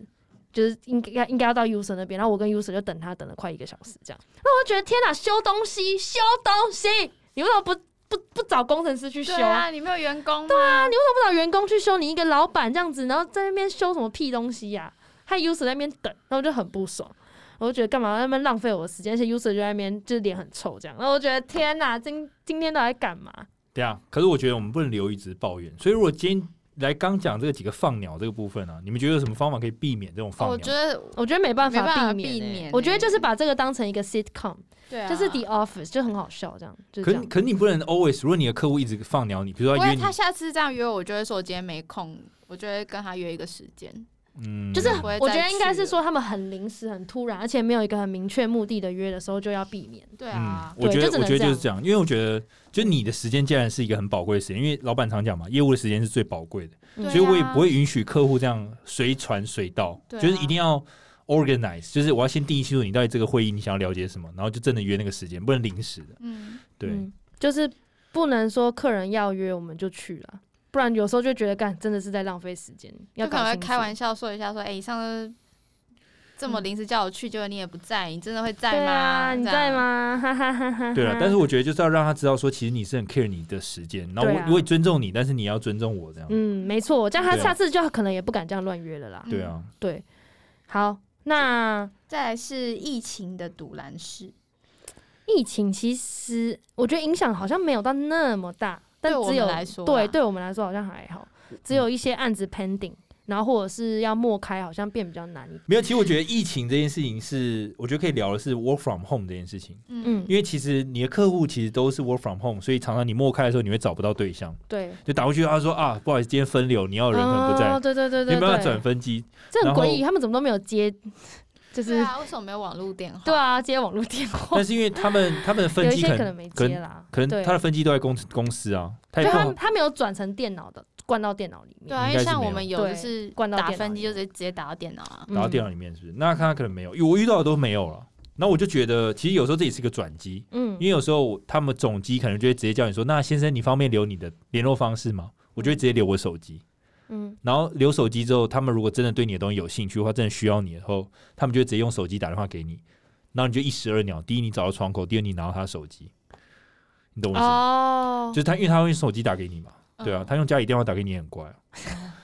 [SPEAKER 2] 就是应该应该要到 user 那边，然后我跟 user 就等他等了快一个小时这样。那我就觉得天哪，修东西修东西，你为什么不不不找工程师去修？
[SPEAKER 1] 对啊，你没有员工对啊，
[SPEAKER 2] 不找员工去修，你一个老板这样子，然后在那边修什么屁东西呀、害 user 在那边等，然后我就很不爽，我就觉得干嘛在那边浪费我的时间，而且 user 就在那边就是脸很臭这样，然后我觉得天哪，今今天到底在干嘛？
[SPEAKER 3] 对啊。可是我觉得我们不能留一直抱怨，所以如果今天来刚讲这个几个放鸟这个部分啊，你们觉得有什么方法可以避免这种放
[SPEAKER 2] 哦
[SPEAKER 1] 我觉
[SPEAKER 3] 鸟？
[SPEAKER 1] 得
[SPEAKER 2] 我觉得没办
[SPEAKER 1] 没办法
[SPEAKER 2] 避免欸、
[SPEAKER 1] 避免
[SPEAKER 2] 我觉得
[SPEAKER 1] 欸
[SPEAKER 2] 就是把这个当成一个 sitcom，、
[SPEAKER 1] 对啊，
[SPEAKER 2] 就是 The Office 就很好笑这样，就是
[SPEAKER 3] 可
[SPEAKER 2] 这
[SPEAKER 3] 是
[SPEAKER 2] 样。啊
[SPEAKER 3] 可是你不能 always，如果你的客户一直放鸟你，比如说
[SPEAKER 1] 不
[SPEAKER 3] 他约
[SPEAKER 1] 会，
[SPEAKER 3] 你
[SPEAKER 1] 他，下次这样约我，我就会说我今天没空，我就会跟他约一个时间。
[SPEAKER 3] 嗯，
[SPEAKER 2] 就是
[SPEAKER 1] 不会
[SPEAKER 2] 我
[SPEAKER 1] 再
[SPEAKER 2] 觉得应该
[SPEAKER 1] 去
[SPEAKER 2] 是
[SPEAKER 1] 了
[SPEAKER 2] 说他们很临时、很突然，而且没有一个很明确目的的约的时候就要避免。
[SPEAKER 1] 对
[SPEAKER 3] 嗯
[SPEAKER 1] 啊，，
[SPEAKER 3] 我
[SPEAKER 2] 对
[SPEAKER 3] 觉
[SPEAKER 2] 就
[SPEAKER 3] 得
[SPEAKER 2] 只
[SPEAKER 3] 我
[SPEAKER 2] 能
[SPEAKER 3] 觉得
[SPEAKER 2] 这
[SPEAKER 3] 就是
[SPEAKER 2] 样
[SPEAKER 3] 这样，因为我觉得就你的时间既然是一个很宝贵的时间，因为老板常讲嘛，业务的时间是最宝贵的，
[SPEAKER 2] 嗯
[SPEAKER 1] 对
[SPEAKER 3] 所以我也
[SPEAKER 1] 啊
[SPEAKER 3] 不会允许客户这样随传随到，
[SPEAKER 1] 对啊
[SPEAKER 3] 就是一定要 organize，就是我要先定义清楚你到底这个会议你想要了解什么，然后就真的约那个时间，不能临时的。
[SPEAKER 1] 嗯，
[SPEAKER 3] 对，
[SPEAKER 2] 嗯就是不能说客人要约我们就去了，不然有时候就觉得干真的是在浪费时间，要
[SPEAKER 1] 就可
[SPEAKER 2] 搞
[SPEAKER 1] 能会
[SPEAKER 2] 清
[SPEAKER 1] 开
[SPEAKER 2] 楚
[SPEAKER 1] 玩笑说一下说，哎、上次这么
[SPEAKER 2] 嗯
[SPEAKER 1] 临时叫我去，结果你也不在，你真的会
[SPEAKER 2] 对
[SPEAKER 1] 在吗？
[SPEAKER 2] 啊，你
[SPEAKER 1] 这
[SPEAKER 2] 在
[SPEAKER 1] 样？
[SPEAKER 2] 吗？哈哈哈哈。
[SPEAKER 3] 对了，啊但是我觉得就是要让他知道说，其实你是很 care 你的时间，然后
[SPEAKER 2] 对
[SPEAKER 3] 我
[SPEAKER 2] 啊
[SPEAKER 3] 我也尊重你，但是你要尊重我这样。
[SPEAKER 2] 嗯，没错，这样他
[SPEAKER 3] 对啊
[SPEAKER 2] 下次就可能也不敢这样乱约了啦。
[SPEAKER 3] 对啊，
[SPEAKER 2] 对，好，那
[SPEAKER 1] 再来是疫情的堵拦事，
[SPEAKER 2] 疫情其实我觉得影响好像没有到那么大，但
[SPEAKER 1] 对我
[SPEAKER 2] 只
[SPEAKER 1] 们
[SPEAKER 2] 有
[SPEAKER 1] 来说
[SPEAKER 2] 对
[SPEAKER 1] 啦
[SPEAKER 2] 对我们来说好像还好，只有一些案子 pending，然后或者是要默开，好像变比较难。
[SPEAKER 3] 没有，其实我觉得疫情这件事情是，我觉得可以聊的是 work from home 这件事情，
[SPEAKER 1] 嗯，
[SPEAKER 2] 嗯，
[SPEAKER 3] 因为其实你的客户其实都是 work from home，所以常常你默开的时候，你会找不到对象，
[SPEAKER 2] 对，
[SPEAKER 3] 就打过去他说啊，不好意思，今天分流，你要的人可能不在，
[SPEAKER 2] 哦对对对
[SPEAKER 3] 你
[SPEAKER 2] 对
[SPEAKER 3] 没办法转
[SPEAKER 2] 对，
[SPEAKER 3] 分机，
[SPEAKER 2] 这很
[SPEAKER 3] 然后
[SPEAKER 2] 诡异，他们怎么都没有接， *laughs* 就是
[SPEAKER 1] 对啊，为什么没有网络电话？
[SPEAKER 2] 对，啊，接网络电话 *laughs*
[SPEAKER 3] 但，是因为他们他们的 *laughs* 分
[SPEAKER 2] 有一
[SPEAKER 3] 机
[SPEAKER 2] 些
[SPEAKER 3] 可
[SPEAKER 2] 可能
[SPEAKER 3] 能
[SPEAKER 2] 没
[SPEAKER 3] 可
[SPEAKER 2] 接
[SPEAKER 3] 能
[SPEAKER 2] 啦，
[SPEAKER 3] 可能
[SPEAKER 2] 对
[SPEAKER 3] 他的分机都在公司公司啊，他
[SPEAKER 2] 就
[SPEAKER 3] 也不
[SPEAKER 2] 他
[SPEAKER 3] 好
[SPEAKER 2] 他没有转成电脑的，灌到电脑里面
[SPEAKER 1] 对。啊，因
[SPEAKER 3] 应该
[SPEAKER 1] 为
[SPEAKER 3] 是
[SPEAKER 1] 像
[SPEAKER 3] 没
[SPEAKER 1] 我
[SPEAKER 3] 有
[SPEAKER 1] 们有
[SPEAKER 2] 对
[SPEAKER 1] 就是
[SPEAKER 2] 灌到
[SPEAKER 1] 打
[SPEAKER 2] 电脑
[SPEAKER 1] 分
[SPEAKER 2] 里
[SPEAKER 1] 机就直
[SPEAKER 2] 面
[SPEAKER 1] 接直接打到电脑
[SPEAKER 2] 嗯
[SPEAKER 1] 啊，
[SPEAKER 3] 打到电脑里面是不是？那他可能没有，因为我遇到的都没有了。那我就觉得其实有时候这也是一个转机，
[SPEAKER 2] 嗯，
[SPEAKER 3] 因为有时候我他们总机可能就会直接叫你说：“那先生，你方便留你的联络方式吗？”我就会直接留我手机。
[SPEAKER 2] 嗯
[SPEAKER 3] 然后留手机之后，他们如果真的对你的东西有兴趣的话，真的需要你的后，他们就会直接用手机打电话给你。然后你就一石二鸟：第一，你找到窗口；第二，你拿到他的手机。你懂我意思吗？
[SPEAKER 2] 哦
[SPEAKER 3] 就，是他，因为他会用手机打给你嘛，对啊，
[SPEAKER 1] 嗯
[SPEAKER 3] 他用家里电话打给你也很乖啊、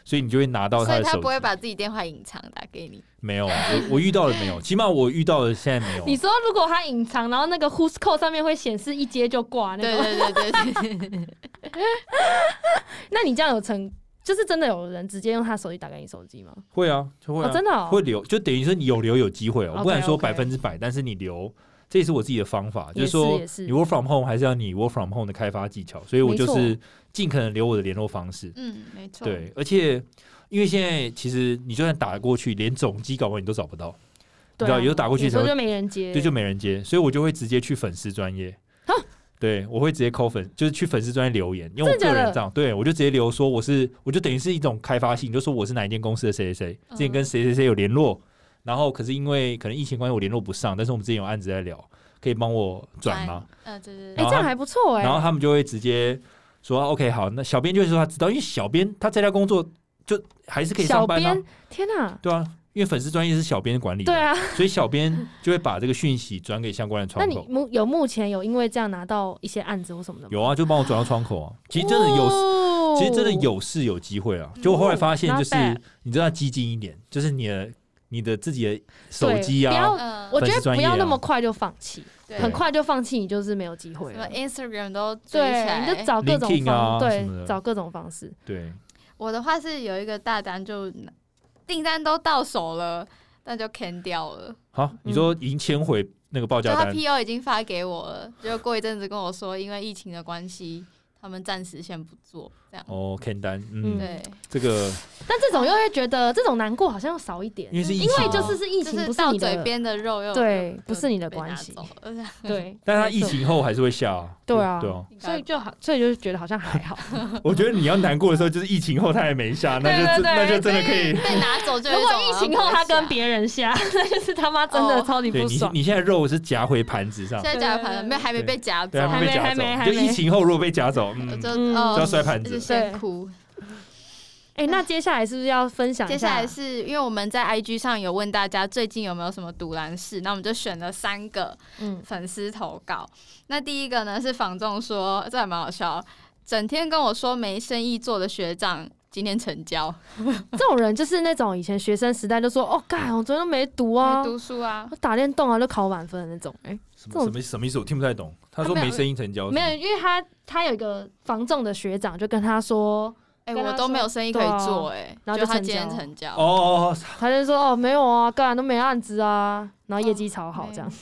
[SPEAKER 3] 所以你就会拿到他
[SPEAKER 1] 所以
[SPEAKER 3] 的手
[SPEAKER 1] 他
[SPEAKER 3] 机。
[SPEAKER 1] 不会把自己电话隐藏打给你。
[SPEAKER 3] 没有啊，我我遇到了没有？起码我遇到了现在没有啊。
[SPEAKER 2] 你说如果他隐藏，然后那个 Who's Call 上面会显示一接就挂那
[SPEAKER 1] 对
[SPEAKER 2] 种，
[SPEAKER 1] 对对对对，
[SPEAKER 2] *laughs* 那你这样有成，就是真的有人直接用他手机打给你手机吗？
[SPEAKER 3] 会啊，就会、啊
[SPEAKER 2] 哦，真的哦
[SPEAKER 3] 会留，就等于说你有留有机会、哦。我不敢说
[SPEAKER 2] OK，OK
[SPEAKER 3] 百分之百，但是你留，这也是我自己的方法，就
[SPEAKER 2] 也
[SPEAKER 3] 是
[SPEAKER 2] 是
[SPEAKER 3] 说
[SPEAKER 2] 也是
[SPEAKER 3] 你 work from home 还是要你 work from home 的开发技巧，所以我
[SPEAKER 2] 没
[SPEAKER 3] 就
[SPEAKER 2] 错
[SPEAKER 3] 是尽可能留我的联络方式。
[SPEAKER 1] 嗯，没错。
[SPEAKER 3] 对，而且因为现在其实你就算打过去，连总机搞不好你都找不到，
[SPEAKER 2] 对
[SPEAKER 3] 知
[SPEAKER 2] 啊，
[SPEAKER 3] 道有打过去
[SPEAKER 2] 有时候
[SPEAKER 3] 才会
[SPEAKER 2] 就没人接，
[SPEAKER 3] 对，就没人接，所以我就会直接去粉丝专业
[SPEAKER 2] 啊。
[SPEAKER 3] 对，我会直接扣粉，就是去粉丝专业留言，用我
[SPEAKER 2] 真的
[SPEAKER 3] 个
[SPEAKER 2] 假
[SPEAKER 3] 人
[SPEAKER 2] 的
[SPEAKER 3] 账，对我就直接留说我是，我就等于是一种开发性，就说我是哪一间公司的谁谁谁，
[SPEAKER 2] 嗯
[SPEAKER 3] 之前跟谁谁谁有联络，然后可是因为可能疫情关系我联络不上，但是我们之前有案子在聊，可以帮我转吗？？
[SPEAKER 1] 嗯，对对
[SPEAKER 2] 哎，
[SPEAKER 1] 对
[SPEAKER 3] 然后
[SPEAKER 2] 这
[SPEAKER 3] 他
[SPEAKER 2] 样还不错哎。
[SPEAKER 3] 然后他们就会直接说 OK 好，那小编就会说他知道，因为小编他在家工作就还是可以上
[SPEAKER 2] 小
[SPEAKER 3] 班啊
[SPEAKER 2] 编，，天哪，
[SPEAKER 3] 对啊，因为粉丝专业是小编管理的，
[SPEAKER 2] 对啊，
[SPEAKER 3] 所以小编就会把这个讯息转给相关的
[SPEAKER 2] 那
[SPEAKER 3] 窗
[SPEAKER 2] 你
[SPEAKER 3] 口。
[SPEAKER 2] 目有目前有因为这样拿到一些案子或什么的吗？
[SPEAKER 3] 有啊，就帮我转到窗口啊。其实真的有，
[SPEAKER 2] 有
[SPEAKER 3] 其实真的，有是有机会啊。就我后来发现，
[SPEAKER 2] 嗯
[SPEAKER 3] 就
[SPEAKER 2] 哦 not
[SPEAKER 3] 是
[SPEAKER 2] bad
[SPEAKER 3] 你知道激进一点，就是你的你的自己的手
[SPEAKER 2] 对
[SPEAKER 3] 机
[SPEAKER 2] 不
[SPEAKER 3] 啊
[SPEAKER 2] 要，
[SPEAKER 1] 嗯，
[SPEAKER 2] 我
[SPEAKER 3] 粉
[SPEAKER 2] 觉
[SPEAKER 3] 丝
[SPEAKER 2] 得
[SPEAKER 3] 专
[SPEAKER 2] 不
[SPEAKER 3] 业啊
[SPEAKER 2] 要那么快就放弃，
[SPEAKER 1] 对
[SPEAKER 2] 很快就放弃，你就是没有机会
[SPEAKER 1] 什么
[SPEAKER 2] 了。
[SPEAKER 1] Instagram 都追起
[SPEAKER 2] 对，
[SPEAKER 1] 来哎
[SPEAKER 2] 你就找各种
[SPEAKER 3] LinkedIn 啊
[SPEAKER 2] 方，对
[SPEAKER 3] 什么的，
[SPEAKER 2] 找各种方式。
[SPEAKER 3] 对，
[SPEAKER 1] 我的话是有一个大单就订单都到手了，但就 can 掉了。
[SPEAKER 3] 好，你
[SPEAKER 2] 嗯
[SPEAKER 3] 说已经签回那个报
[SPEAKER 1] 就
[SPEAKER 3] 价
[SPEAKER 1] 他
[SPEAKER 3] 单，
[SPEAKER 1] PO 已经发给我了，就过一阵子跟我说，因为疫情的关系，他们暂时先不做这样。
[SPEAKER 3] 哦，签单，
[SPEAKER 2] 嗯
[SPEAKER 3] 嗯，
[SPEAKER 1] 对，
[SPEAKER 3] 这个
[SPEAKER 2] 但这种又会觉得这种难过好像少一点
[SPEAKER 3] 因，为是疫
[SPEAKER 2] 因
[SPEAKER 3] 情
[SPEAKER 2] 为
[SPEAKER 3] 啊，
[SPEAKER 2] 就是是疫
[SPEAKER 1] 就
[SPEAKER 2] 情，
[SPEAKER 1] 是
[SPEAKER 2] 不是
[SPEAKER 1] 到
[SPEAKER 2] 你
[SPEAKER 1] 嘴
[SPEAKER 2] 的，
[SPEAKER 1] 边的肉又
[SPEAKER 2] 对
[SPEAKER 1] 又
[SPEAKER 2] 不是你的
[SPEAKER 1] 被拿
[SPEAKER 2] 关系
[SPEAKER 1] 走了
[SPEAKER 2] 对，
[SPEAKER 3] 但是他
[SPEAKER 2] 没
[SPEAKER 3] 疫
[SPEAKER 2] 错
[SPEAKER 3] 情后还是会下啊，
[SPEAKER 2] 对啊
[SPEAKER 3] 对啊。
[SPEAKER 2] 所以就好，所以就觉得好像还好。
[SPEAKER 3] 我觉得你要难过的时候，就是疫情后他还没下，那
[SPEAKER 2] 对对
[SPEAKER 3] 就真
[SPEAKER 2] 对
[SPEAKER 3] 那就真的可以。
[SPEAKER 1] 被拿走就有
[SPEAKER 2] 如
[SPEAKER 1] 一
[SPEAKER 2] 果
[SPEAKER 1] 种
[SPEAKER 2] 疫情后
[SPEAKER 1] 好
[SPEAKER 2] 他跟
[SPEAKER 1] 像不会
[SPEAKER 2] 别人下，那就是他妈真的
[SPEAKER 1] 哦
[SPEAKER 2] 超级
[SPEAKER 3] 对
[SPEAKER 2] 不
[SPEAKER 3] 你
[SPEAKER 2] 爽。
[SPEAKER 3] 你现在肉是夹回盘子上
[SPEAKER 1] 想，现在夹
[SPEAKER 2] 对对
[SPEAKER 1] 盘了，
[SPEAKER 2] 对
[SPEAKER 1] 没有还没被夹走
[SPEAKER 3] 对，，还没被夹
[SPEAKER 2] 还没还
[SPEAKER 3] 走。
[SPEAKER 2] 没
[SPEAKER 3] 就
[SPEAKER 2] 还没
[SPEAKER 3] 疫情后如果被夹走，
[SPEAKER 1] 我
[SPEAKER 3] 嗯，
[SPEAKER 1] 就
[SPEAKER 2] 嗯
[SPEAKER 1] 哦
[SPEAKER 3] 就要摔盘
[SPEAKER 1] 就
[SPEAKER 3] 子
[SPEAKER 1] 是。先
[SPEAKER 2] 对
[SPEAKER 1] 哭。
[SPEAKER 2] 哎，那接下来是不是要分享
[SPEAKER 1] 接
[SPEAKER 2] 一
[SPEAKER 1] 下
[SPEAKER 2] 下
[SPEAKER 1] 来？是因为我们在 IG 上有问大家最近有没有什么独蓝事，那我们就选了三个
[SPEAKER 2] 嗯，
[SPEAKER 1] 粉丝投稿。那第一个呢是房仲说，这还蛮好笑，哦整天跟我说没生意做的学长今天成交，
[SPEAKER 2] 这种人就是那种以前学生时代就说，哦，干，我昨天都没读啊
[SPEAKER 1] 没，读书啊
[SPEAKER 2] 我，打电动啊，就考满分的那种。哎，
[SPEAKER 3] 什
[SPEAKER 2] 这种
[SPEAKER 3] 么什么什么意思？我听不太懂。他说
[SPEAKER 1] 他没
[SPEAKER 3] 没
[SPEAKER 1] 有
[SPEAKER 3] 声音成交，
[SPEAKER 2] 没有，因为他他有一个防重的学长就跟
[SPEAKER 1] *laughs*
[SPEAKER 2] 他说，
[SPEAKER 1] 哎、
[SPEAKER 2] 跟他
[SPEAKER 1] 我都没有生意可
[SPEAKER 2] 说
[SPEAKER 1] 以
[SPEAKER 2] 对啊
[SPEAKER 1] 做、哎、
[SPEAKER 2] 然后
[SPEAKER 1] 就
[SPEAKER 2] 就
[SPEAKER 1] 他
[SPEAKER 2] 成
[SPEAKER 1] 今天
[SPEAKER 2] 交
[SPEAKER 1] 成交，
[SPEAKER 3] 哦，
[SPEAKER 2] 他就说，哦，没有啊，干都没案子啊，然后业绩超好这样
[SPEAKER 1] 哦。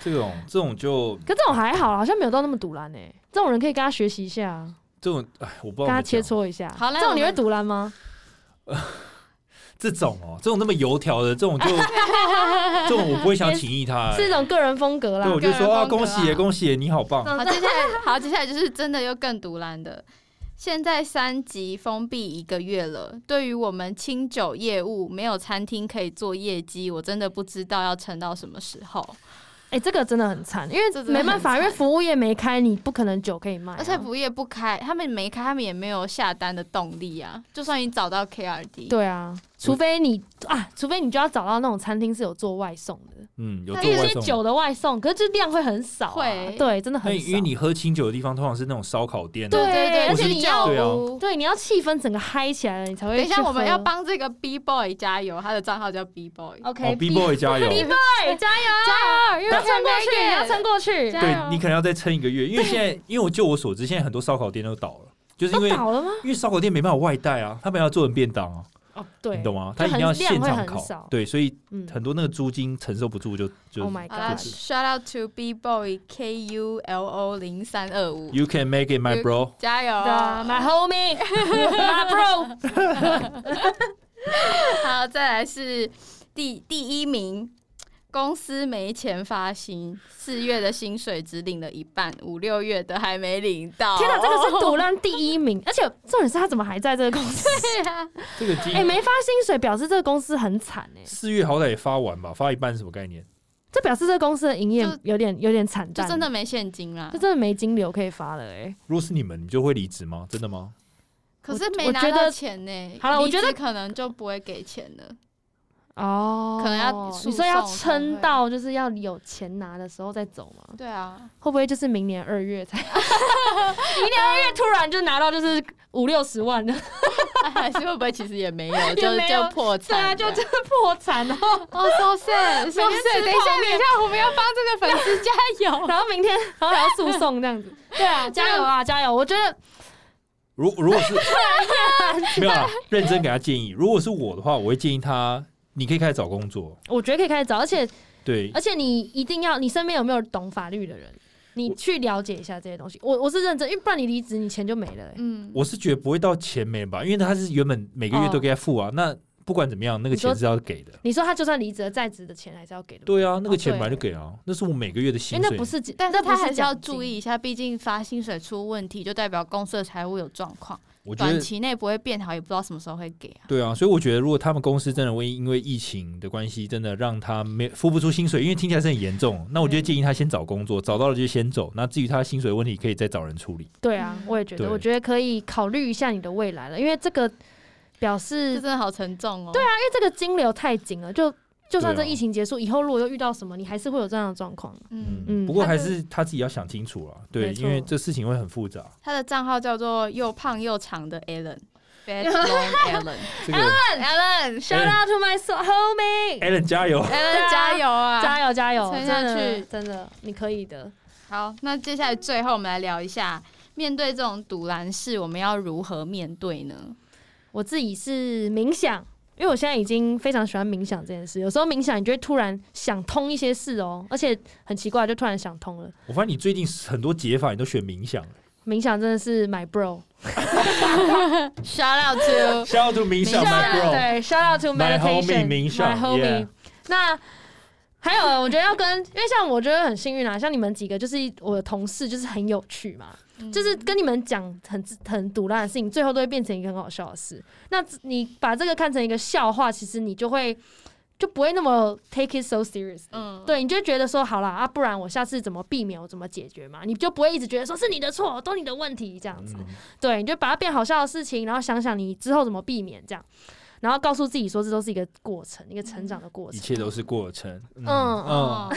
[SPEAKER 3] 这种这种就
[SPEAKER 2] 可这种还好啦，好像没有到那么堵拦诶。这种人可以跟他学习一下啊，
[SPEAKER 3] 这种，哎，我不知
[SPEAKER 2] 跟
[SPEAKER 3] 道怎么
[SPEAKER 2] 他
[SPEAKER 3] 讲
[SPEAKER 2] 切磋一下。
[SPEAKER 1] 好来
[SPEAKER 2] 这种你
[SPEAKER 1] 我
[SPEAKER 2] 会
[SPEAKER 1] 们
[SPEAKER 2] 堵拦吗？
[SPEAKER 3] 这种哦，这种那么油条的，这种
[SPEAKER 2] *laughs*
[SPEAKER 3] 就这种我不会想请益他。哎
[SPEAKER 2] 是一种个人风格啦
[SPEAKER 3] 对，。我就说啊，
[SPEAKER 1] 个人风格
[SPEAKER 3] 恭
[SPEAKER 1] 啊
[SPEAKER 3] 喜耶，恭喜耶，你好棒。
[SPEAKER 1] 好，接下来好，接下来就是真的又更独揽的。现在三级封闭一个月了，对于我们清酒业务没有餐厅可以做业绩，我真的不知道要撑到什么时候。
[SPEAKER 2] 哎、哎、这个真的很惨，因为
[SPEAKER 1] 这真的
[SPEAKER 2] 没办法，
[SPEAKER 1] 很
[SPEAKER 2] 因
[SPEAKER 1] 惨
[SPEAKER 2] 为服务业没开，你不可能酒可以卖啊、
[SPEAKER 1] 而且服务业不开，他们没开，他们也没有下单的动力啊。就算你找到 KRD，，
[SPEAKER 2] 对啊，除非你啊，除非你就要找到那种餐厅是有做外送的，
[SPEAKER 3] 嗯，有
[SPEAKER 1] 那
[SPEAKER 3] 做
[SPEAKER 2] 因为有
[SPEAKER 3] 外
[SPEAKER 2] 些
[SPEAKER 3] 送
[SPEAKER 2] 酒
[SPEAKER 3] 的。
[SPEAKER 2] 的外送，可是这量会很少、啊，
[SPEAKER 1] 会
[SPEAKER 2] 对，真的
[SPEAKER 3] 那
[SPEAKER 2] 很少。
[SPEAKER 3] 因为你喝清酒的地方通常是那种烧烤店、啊，
[SPEAKER 1] 对对对，
[SPEAKER 2] 而
[SPEAKER 3] 且
[SPEAKER 2] 你
[SPEAKER 1] 要
[SPEAKER 2] 要
[SPEAKER 3] 对啊
[SPEAKER 2] 对你要气氛整个嗨起来了，你才会
[SPEAKER 1] 等
[SPEAKER 2] 去喝。
[SPEAKER 1] 一下我们要帮这个 B boy 加油，他的账号叫 B boy。
[SPEAKER 3] 哦
[SPEAKER 2] OK
[SPEAKER 3] ，B boy 加油！
[SPEAKER 2] B-boy 加油加油，要撑过去，要撑过去，
[SPEAKER 1] 加
[SPEAKER 3] 对
[SPEAKER 1] 油
[SPEAKER 3] 你可能要再撑一个月，因为现在，因为我就我所知，现在很多烧烤店都倒了，就是因
[SPEAKER 2] 都
[SPEAKER 3] 为
[SPEAKER 2] 倒了吗？
[SPEAKER 3] 因为烧烤店没办法外带啊，他们要做成便当啊，
[SPEAKER 2] 哦，对，
[SPEAKER 3] 你懂吗？
[SPEAKER 2] 就
[SPEAKER 3] 他一
[SPEAKER 2] 很
[SPEAKER 3] 定要现
[SPEAKER 2] 量
[SPEAKER 3] 场
[SPEAKER 2] 会很
[SPEAKER 3] 烤
[SPEAKER 2] 少，
[SPEAKER 3] 对，所以
[SPEAKER 2] 嗯
[SPEAKER 3] 很多那个租金承受不住就就
[SPEAKER 2] ，Oh my
[SPEAKER 1] 好啦
[SPEAKER 2] god，
[SPEAKER 1] ，shout out to B boy K U L O 零三二五，
[SPEAKER 3] You can make it, my
[SPEAKER 1] You-
[SPEAKER 3] bro。
[SPEAKER 1] 加油！
[SPEAKER 2] 的 my *laughs* homie，my bro，
[SPEAKER 1] *laughs* 好，再来是第第一名，公司没钱发薪，四月的薪水只领了一半，五六月的还没领到。
[SPEAKER 2] *laughs* 天哪，这个是赌烂第一名，而且重点是他怎么还在这个公司？
[SPEAKER 1] 对啊，
[SPEAKER 3] 这个金
[SPEAKER 2] *laughs* 哎，没发薪水，表示这个公司很惨哎，
[SPEAKER 3] 四月好歹也发完吧，发一半是什么概念？
[SPEAKER 2] 这表示这个公司的营业
[SPEAKER 1] 就
[SPEAKER 2] 有点有点惨
[SPEAKER 1] 就
[SPEAKER 2] 淡，
[SPEAKER 1] 真的，没现金啦
[SPEAKER 2] 就。真的没金流可以发了哎。
[SPEAKER 3] 如果是你们，你就会离职吗？真的吗？
[SPEAKER 1] 可是没
[SPEAKER 2] 我
[SPEAKER 1] 拿
[SPEAKER 2] 觉
[SPEAKER 1] 到
[SPEAKER 2] 得
[SPEAKER 1] 钱呢。
[SPEAKER 2] 好了我
[SPEAKER 1] 离职
[SPEAKER 2] 觉得
[SPEAKER 1] 可能就不会给钱了。
[SPEAKER 2] 哦，
[SPEAKER 1] 可能要诉
[SPEAKER 2] 你说要
[SPEAKER 1] 讼才
[SPEAKER 2] 撑
[SPEAKER 1] 会
[SPEAKER 2] 到就是要有钱拿的时候再走吗？
[SPEAKER 1] 对 *laughs* 啊，
[SPEAKER 2] 会不会就是明年二月 *laughs* 才？明年二月突然就拿到就是五六十 *laughs* 万的，
[SPEAKER 1] 哎还是会不会其实也没有，
[SPEAKER 2] *laughs* 也
[SPEAKER 1] 就
[SPEAKER 2] 没有
[SPEAKER 1] 就破
[SPEAKER 2] 对啊，
[SPEAKER 1] 产这
[SPEAKER 2] 就
[SPEAKER 1] 样？
[SPEAKER 2] 真的破产哦。
[SPEAKER 1] 哦，so
[SPEAKER 2] *laughs*
[SPEAKER 1] sad，so
[SPEAKER 2] 每天吃
[SPEAKER 1] sad。等一下，
[SPEAKER 2] 泡
[SPEAKER 1] 等
[SPEAKER 2] 面
[SPEAKER 1] 一下，我们要帮这个粉丝加油。
[SPEAKER 2] 然后明天，然后还要诉讼这样子。 *laughs*
[SPEAKER 1] *laughs*
[SPEAKER 2] 对啊， *laughs* 加油啊，加油！我觉得
[SPEAKER 3] 如如
[SPEAKER 2] *laughs*
[SPEAKER 3] 果是没有啦，认真给他建议。如果是我的话，我会建议他，你可以开始找工作。
[SPEAKER 2] 我觉得可以开始找，而
[SPEAKER 3] 嗯
[SPEAKER 2] 且
[SPEAKER 3] 对
[SPEAKER 2] 而，且你一定要，你身边有没有懂法律的人？你去了解一下这些东西。我我是认真，因为不然你离职，你钱就没了、欸。
[SPEAKER 1] 嗯，
[SPEAKER 3] 我是觉得不会到钱没吧，因为他是原本每个月都给他
[SPEAKER 2] 哦
[SPEAKER 3] 付啊。那不管怎么样，那个
[SPEAKER 2] 你说
[SPEAKER 3] 钱是要给的。
[SPEAKER 2] 你说他就算离职了，在职的钱还是要给的。
[SPEAKER 3] 对啊，那个
[SPEAKER 2] 哦
[SPEAKER 3] 钱
[SPEAKER 2] 对
[SPEAKER 3] 本来就给啊，那是我每个月的
[SPEAKER 2] 因
[SPEAKER 3] 薪
[SPEAKER 2] 为
[SPEAKER 3] 水。
[SPEAKER 2] 那不是几，
[SPEAKER 1] 但是
[SPEAKER 2] 那不
[SPEAKER 1] 他还是要
[SPEAKER 2] 奖金
[SPEAKER 1] 注意一下，毕竟发薪水出问题，就代表公司的财务有状况，
[SPEAKER 3] 我觉
[SPEAKER 1] 短
[SPEAKER 3] 得
[SPEAKER 1] 期内不会变好，也不知道什么时候会给啊。
[SPEAKER 3] 对啊，所以我觉得如果他们公司真的会因为疫情的关系，真的让他没付不出薪水，因为听起来是很严重，那我就
[SPEAKER 2] 对
[SPEAKER 3] 建议他先找工作，找到了就先走。那至于他薪水问题，可以再找人处理。
[SPEAKER 2] 对啊
[SPEAKER 1] 嗯，
[SPEAKER 2] 我也觉得，
[SPEAKER 3] 对
[SPEAKER 2] 我觉得可以考虑一下你的未来了，因为这个表
[SPEAKER 1] 这
[SPEAKER 2] 示，因
[SPEAKER 1] 真的好沉重哦。对啊，
[SPEAKER 2] 为这个金流太紧了，就就算这
[SPEAKER 3] 对啊
[SPEAKER 2] 疫情结束以后，如果又遇到什么，你还是会有这样的状况。
[SPEAKER 1] 嗯，
[SPEAKER 3] 嗯，
[SPEAKER 2] 嗯
[SPEAKER 3] 不过
[SPEAKER 1] 他
[SPEAKER 3] 还
[SPEAKER 1] 就是
[SPEAKER 3] 他自己要想清楚了，对，
[SPEAKER 2] 没
[SPEAKER 3] 因为
[SPEAKER 2] 错
[SPEAKER 3] 这事情会很复杂。
[SPEAKER 1] 他的账号叫做又胖又长的 Alan。Fat Long
[SPEAKER 3] 这个
[SPEAKER 1] *laughs*
[SPEAKER 2] Alan，Shout out to my so- homie，
[SPEAKER 3] Alan 加油，
[SPEAKER 1] Alan，Alan *laughs* 加油啊！
[SPEAKER 2] *laughs* 加油加油，
[SPEAKER 1] 撑
[SPEAKER 2] 真
[SPEAKER 1] 下
[SPEAKER 2] 的
[SPEAKER 1] 去
[SPEAKER 2] 真的，你可以的。
[SPEAKER 1] 好，那接下来最后我们来聊一下，面对这种堵拦事，我们要如何面对呢？
[SPEAKER 2] 我自己是冥想。因为我现在已经非常喜欢冥想这件事，有时候冥想你就会突然想通一些事哦，而且很奇怪，就突然想通了。
[SPEAKER 3] 我发现你最近很多解法你都选冥想
[SPEAKER 2] 冥想真的是 my bro，
[SPEAKER 1] Shout out
[SPEAKER 3] *laughs*
[SPEAKER 1] to
[SPEAKER 3] ，Shout out to 冥想
[SPEAKER 1] 冥
[SPEAKER 3] my
[SPEAKER 1] 想
[SPEAKER 3] bro，
[SPEAKER 2] 对，shout out to
[SPEAKER 3] My homie
[SPEAKER 2] meditation，
[SPEAKER 3] 冥想
[SPEAKER 2] my homie
[SPEAKER 3] yeah
[SPEAKER 2] 那还有，我觉得要跟，因为像我觉得很幸运啊，像你们几个就是我的同事，就是很有趣嘛，
[SPEAKER 1] 嗯
[SPEAKER 2] 就是跟你们讲很很毒辣的事情，最后都会变成一个很好笑的事。那你把这个看成一个笑话，其实你就会就不会那么 take it so serious。
[SPEAKER 1] 嗯，
[SPEAKER 2] 对，你就觉得说好了啊，不然我下次怎么避免，我怎么解决嘛？你就不会一直觉得说是你的错，都你的问题这样子。
[SPEAKER 1] 啊
[SPEAKER 3] 嗯
[SPEAKER 2] 对，你就把它变好笑的事情，然后想想你之后怎么避免这样，然后告诉自己说这都是一个过程，一个成长的过
[SPEAKER 3] 一
[SPEAKER 2] 程。
[SPEAKER 3] 切都是过程。嗯
[SPEAKER 1] 哦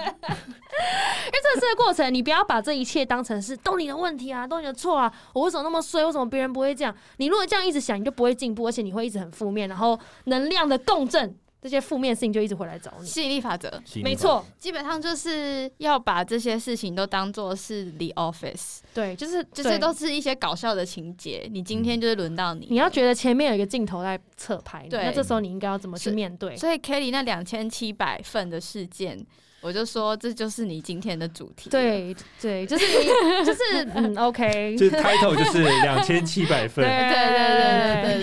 [SPEAKER 2] 因为这是个过程，你不要把这一切当成是都你的问题啊，都你的错啊，我为什么那么衰，为什么别人不会这样？你如果这样一直想，你就不会进步，而且你会一直很负面，然后能量的共振，这些负面事情就一直回来找你。
[SPEAKER 1] 吸引力法则
[SPEAKER 3] 吸引力
[SPEAKER 2] 没
[SPEAKER 3] 法
[SPEAKER 2] 错，
[SPEAKER 1] 基本上就是要把这些事情都当做是 The Office，
[SPEAKER 2] 对，就是
[SPEAKER 1] 就是
[SPEAKER 2] 对
[SPEAKER 1] 都是一些搞笑的情节。你今
[SPEAKER 3] 嗯
[SPEAKER 1] 天就是轮到你，
[SPEAKER 2] 你要觉得前面有一个镜头在侧拍你，
[SPEAKER 1] 对
[SPEAKER 2] 那这时候你应该要怎么
[SPEAKER 1] 是
[SPEAKER 2] 去面对？
[SPEAKER 1] 所以 Kelly 那两千七百份的事件，我就说这就是你今天的主题。，
[SPEAKER 2] 对对，就是你就是嗯，OK，
[SPEAKER 3] 就是 title 就是两千七
[SPEAKER 2] 对
[SPEAKER 3] 百分
[SPEAKER 1] 对 *laughs*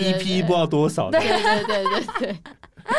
[SPEAKER 1] 对对对对
[SPEAKER 3] ，EP 不知道多少，
[SPEAKER 1] 对对对对对，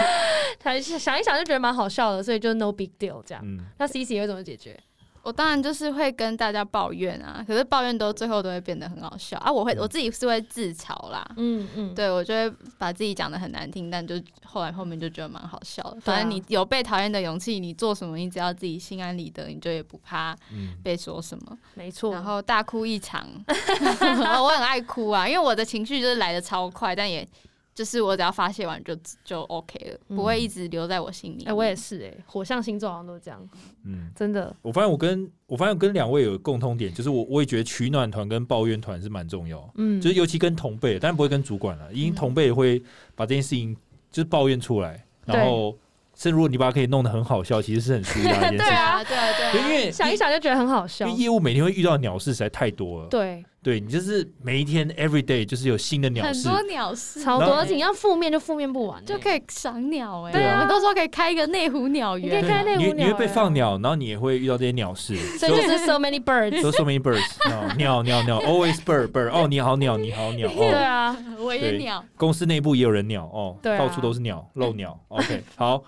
[SPEAKER 1] *laughs*
[SPEAKER 2] 才想一想就觉得蛮好笑的，所以就 no big deal 这样。
[SPEAKER 3] 嗯。
[SPEAKER 2] 那 C C 会怎么解决？
[SPEAKER 1] 我当然就是会跟大家抱怨啊，可是抱怨都最后都会变得很好笑啊。我会我自己是会自嘲啦，
[SPEAKER 2] 嗯嗯，
[SPEAKER 1] 对我就会把自己讲的很难听，但就后来后面就觉得蛮好笑
[SPEAKER 2] 啊
[SPEAKER 1] 的。反正你有被讨厌的勇气，你做什么，你只要自己心安理得，你就也不怕
[SPEAKER 3] 嗯，
[SPEAKER 1] 被说什么。
[SPEAKER 2] 没错。
[SPEAKER 1] 然后大哭一场， *laughs* 我很爱哭啊，因为我的情绪就是来的超快，但也就是我只要发泄完就就 OK 了，
[SPEAKER 2] 嗯
[SPEAKER 1] 不会一直留在我心里。
[SPEAKER 2] 哎、我也，是哎、火象星座好像都这样，
[SPEAKER 3] 嗯，
[SPEAKER 2] 真的。
[SPEAKER 3] 我发现我跟我发现我跟两位有共通点，就是我我也觉得取暖团跟抱怨团是蛮重要，
[SPEAKER 2] 嗯，
[SPEAKER 3] 就是尤其跟同辈，但不会跟主管了，因为同辈会把这件事情就是抱怨出来，然后甚至如果你把它可以弄得很好笑，其实是很舒压的
[SPEAKER 2] *laughs*
[SPEAKER 3] 一件
[SPEAKER 1] 对
[SPEAKER 3] 事情。
[SPEAKER 1] 啊，对啊，对啊，
[SPEAKER 3] 对因为
[SPEAKER 2] 想一想就觉得很好
[SPEAKER 3] 因
[SPEAKER 2] 笑
[SPEAKER 3] 为。业务每天会遇到的鸟事实在太多了，
[SPEAKER 2] 对，
[SPEAKER 3] 对你就是每一天 every day 就是有新的鸟
[SPEAKER 1] 很
[SPEAKER 3] 事，
[SPEAKER 1] 多鸟事，
[SPEAKER 2] 超多，
[SPEAKER 3] 然后
[SPEAKER 2] 而且你要负面就负面不完、哎
[SPEAKER 1] 就
[SPEAKER 2] 以。
[SPEAKER 1] 可以赏鸟哎、
[SPEAKER 3] 对啊
[SPEAKER 1] 我们都说可以开一个内湖鸟
[SPEAKER 2] 你可以
[SPEAKER 1] 园，
[SPEAKER 2] 开
[SPEAKER 3] 对，
[SPEAKER 2] 内
[SPEAKER 3] 你
[SPEAKER 2] 湖
[SPEAKER 3] 你会
[SPEAKER 2] 鸟
[SPEAKER 3] 被
[SPEAKER 2] 欸
[SPEAKER 3] 放鸟，然后你也会遇到这些鸟事，
[SPEAKER 2] 所以就是 so many birds。
[SPEAKER 3] *laughs* 都 so many birds，鸟鸟鸟 always bird bird，哦你好鸟你好
[SPEAKER 2] *laughs*
[SPEAKER 3] 鸟
[SPEAKER 2] *laughs* 对
[SPEAKER 3] 哦，
[SPEAKER 2] 啊，
[SPEAKER 1] 我也
[SPEAKER 3] 对
[SPEAKER 1] 鸟，
[SPEAKER 3] 公司内部也有人鸟哦，
[SPEAKER 2] 对啊
[SPEAKER 3] 到处都是
[SPEAKER 2] *laughs*
[SPEAKER 3] 鸟漏鸟，OK 好。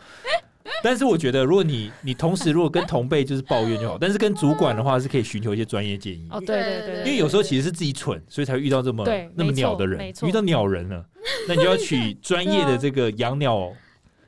[SPEAKER 3] 但是我觉得，如果你 *laughs* 你同时如果跟同辈就是抱怨就好，但是跟主管的话是可以寻求一些专业建议，
[SPEAKER 2] 哦，对
[SPEAKER 1] 对
[SPEAKER 2] 对
[SPEAKER 1] 对
[SPEAKER 2] 对
[SPEAKER 1] 对
[SPEAKER 3] 因为有时候其实是自己蠢，所以才会遇到这么
[SPEAKER 2] 对
[SPEAKER 3] 那么
[SPEAKER 2] 没错
[SPEAKER 3] 鸟的人
[SPEAKER 2] 没，错
[SPEAKER 3] 遇到鸟人了，那你就要取专业
[SPEAKER 2] *laughs*
[SPEAKER 3] 的这个养鸟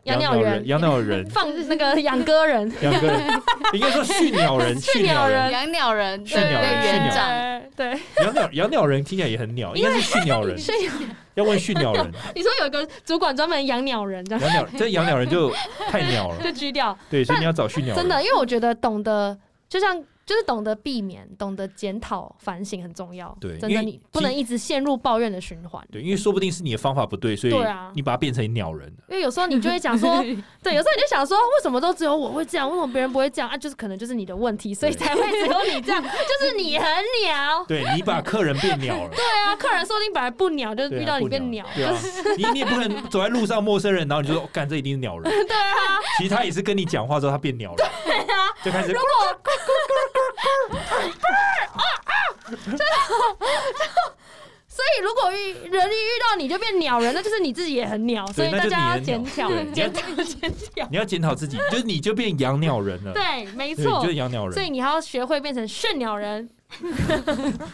[SPEAKER 2] 养鸟
[SPEAKER 3] 人
[SPEAKER 2] 人
[SPEAKER 3] 养鸟人
[SPEAKER 2] *laughs* 放那个养鸽
[SPEAKER 3] *laughs*
[SPEAKER 2] 人，
[SPEAKER 3] 两个人，应该说驯
[SPEAKER 2] *laughs*
[SPEAKER 3] 鸟人驯鸟人
[SPEAKER 1] 养鸟人，
[SPEAKER 3] 驯鸟人
[SPEAKER 1] 对
[SPEAKER 3] 驯鸟
[SPEAKER 1] 园
[SPEAKER 3] 人
[SPEAKER 1] 长，
[SPEAKER 2] 对，
[SPEAKER 3] 养鸟养鸟人听起来也很鸟，应该是驯
[SPEAKER 2] *laughs*
[SPEAKER 3] 鸟人，
[SPEAKER 2] 驯鸟。
[SPEAKER 3] 要问驯鸟人，
[SPEAKER 2] 你说有个主管专门养鸟人，这样
[SPEAKER 3] 养鸟这养鸟人就太鸟了，
[SPEAKER 2] 就狙掉。
[SPEAKER 3] 对，所以你要找驯鸟人，
[SPEAKER 2] 真的，因为我觉得懂得，就像就是懂得避免，懂得检讨反省很重要。
[SPEAKER 3] 对
[SPEAKER 2] 真
[SPEAKER 3] 因
[SPEAKER 2] 的
[SPEAKER 3] 为
[SPEAKER 2] 你
[SPEAKER 3] 其
[SPEAKER 2] 不能一直陷入抱怨的循环。
[SPEAKER 3] 对，因为说不定是你的方法不对，所以
[SPEAKER 2] 对啊
[SPEAKER 3] 你把它变成鸟人，
[SPEAKER 2] 因为有时候你就会讲说，
[SPEAKER 3] *laughs*
[SPEAKER 2] 对，有时候你就想说，为什么都只有我会这样，为什么别人不会这样啊？就是可能就是你的问题，所以
[SPEAKER 3] 对
[SPEAKER 2] 才会只有你这样，就是你很鸟。
[SPEAKER 3] 对你把客人变鸟
[SPEAKER 2] *laughs*
[SPEAKER 3] 了。
[SPEAKER 2] 对啊，客人说不定本来不鸟，就是
[SPEAKER 3] 对啊
[SPEAKER 2] 遇到你
[SPEAKER 3] 不
[SPEAKER 2] 变鸟。
[SPEAKER 3] 对啊，你你也不可能走在路上陌生人，然后你就说哦干这一定是
[SPEAKER 2] *laughs*
[SPEAKER 3] 鸟人，对啊，其实他也是跟你讲话之后他变鸟人，对啊， *laughs* 就开始
[SPEAKER 2] 所以如果遇人一遇到你就变鸟人，那就是你自己也很鸟，所
[SPEAKER 3] 对
[SPEAKER 2] 以
[SPEAKER 3] 那
[SPEAKER 2] 大
[SPEAKER 3] 就是
[SPEAKER 2] 家要
[SPEAKER 3] 你的
[SPEAKER 2] 检
[SPEAKER 3] 鸟
[SPEAKER 2] 讨
[SPEAKER 3] 对你、要
[SPEAKER 2] 检 *laughs* 讨、检讨。
[SPEAKER 3] 你要检讨自己，就是你就变养鸟人了，
[SPEAKER 2] 对，没
[SPEAKER 3] 对，
[SPEAKER 2] 错
[SPEAKER 3] 你就。是养鸟人，
[SPEAKER 2] 所以你还要学会变成驯鸟人，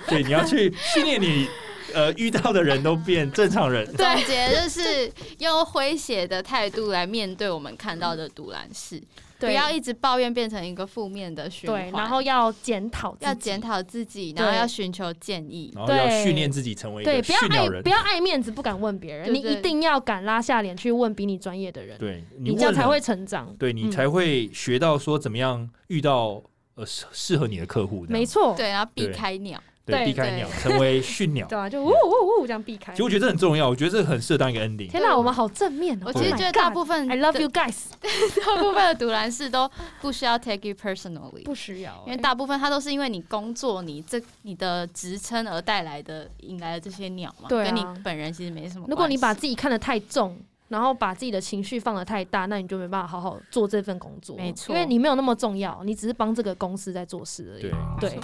[SPEAKER 3] 对，你要去训练你，呃，遇到的人都变正常人。
[SPEAKER 1] 总结 *laughs* 就是用诙谐的态度来面对我们看到的独蓝事，不
[SPEAKER 2] 对
[SPEAKER 1] 要一直抱怨变成一个负面的循环
[SPEAKER 2] 对，，然后要检讨自己，
[SPEAKER 1] 要检讨自己，然后
[SPEAKER 2] 对
[SPEAKER 1] 要寻求建议。
[SPEAKER 3] 然后要
[SPEAKER 2] 对
[SPEAKER 3] 训练自己成为一
[SPEAKER 2] 对，
[SPEAKER 3] 个
[SPEAKER 2] 不要
[SPEAKER 3] 驯鸟
[SPEAKER 2] 爱
[SPEAKER 3] 人
[SPEAKER 2] 不。要爱面子，不敢问别人，
[SPEAKER 1] 对
[SPEAKER 2] 你
[SPEAKER 1] 对
[SPEAKER 2] 一定要敢拉下脸去问比你专业的人，
[SPEAKER 3] 对你
[SPEAKER 2] 你这样
[SPEAKER 3] 问
[SPEAKER 2] 才
[SPEAKER 3] 了
[SPEAKER 2] 会成长。
[SPEAKER 3] 对你
[SPEAKER 2] 嗯
[SPEAKER 3] 才会学到说怎么样遇到呃适适合你的客户这样，
[SPEAKER 2] 没错，
[SPEAKER 1] 啊对，然后避
[SPEAKER 3] 对
[SPEAKER 1] 开啊鸟，
[SPEAKER 3] 对
[SPEAKER 2] 对
[SPEAKER 3] 避开
[SPEAKER 1] 对
[SPEAKER 3] 鸟，成为驯鸟。
[SPEAKER 2] *laughs* 对啊，就呜呜呜这样避开
[SPEAKER 3] 其实。我觉得这很重要，我觉得这很适合当一个 ending。
[SPEAKER 2] 天哪，我们好正面哦！
[SPEAKER 1] 我其实
[SPEAKER 2] Oh my
[SPEAKER 1] 觉得大
[SPEAKER 2] God
[SPEAKER 1] 部分
[SPEAKER 2] I love
[SPEAKER 1] 的
[SPEAKER 2] you guys
[SPEAKER 1] *laughs* 大部分的独蓝事都不需要 take it personally，
[SPEAKER 2] 不需要欸，
[SPEAKER 1] 因为大部分它都是因为你工作、你这你的职称而带来的引来的这些鸟嘛，
[SPEAKER 2] 对啊
[SPEAKER 1] 跟你本人其实没什么关系。
[SPEAKER 2] 如果你把自己看得太重，然后把自己的情绪放得太大，那你就没办法好好做这份工作。
[SPEAKER 1] 没错
[SPEAKER 2] 因为你没有那么重要，你只是帮这个公司在做事而已。
[SPEAKER 3] 对，
[SPEAKER 2] 对，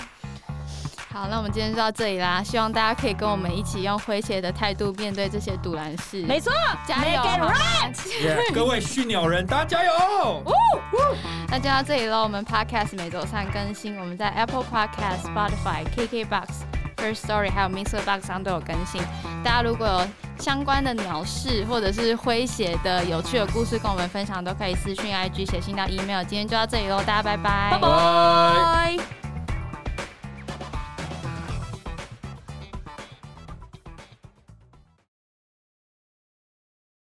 [SPEAKER 1] 好，那我们今天就到这里啦，希望大家可以跟我们一起用诙谐的态度面对这些独蓝事。
[SPEAKER 2] 没错，
[SPEAKER 1] 加
[SPEAKER 2] Make
[SPEAKER 1] 油
[SPEAKER 2] it
[SPEAKER 1] 好吗！
[SPEAKER 3] Yeah，各位驯鸟人，大家加油！
[SPEAKER 2] 哦
[SPEAKER 1] 那就到这里喽，我们 Podcast 每周三更新，我们在 Apple Podcast、Spotify、KKBox、First Story 还有 Mixer Box 上都有更新。大家如果有相关的鸟事或者是诙谐的有趣的故事跟我们分享，都可以私讯 IG 写信到 email。今天就到这里喽，大家拜拜，
[SPEAKER 2] 拜拜
[SPEAKER 3] 拜。
[SPEAKER 2] 拜。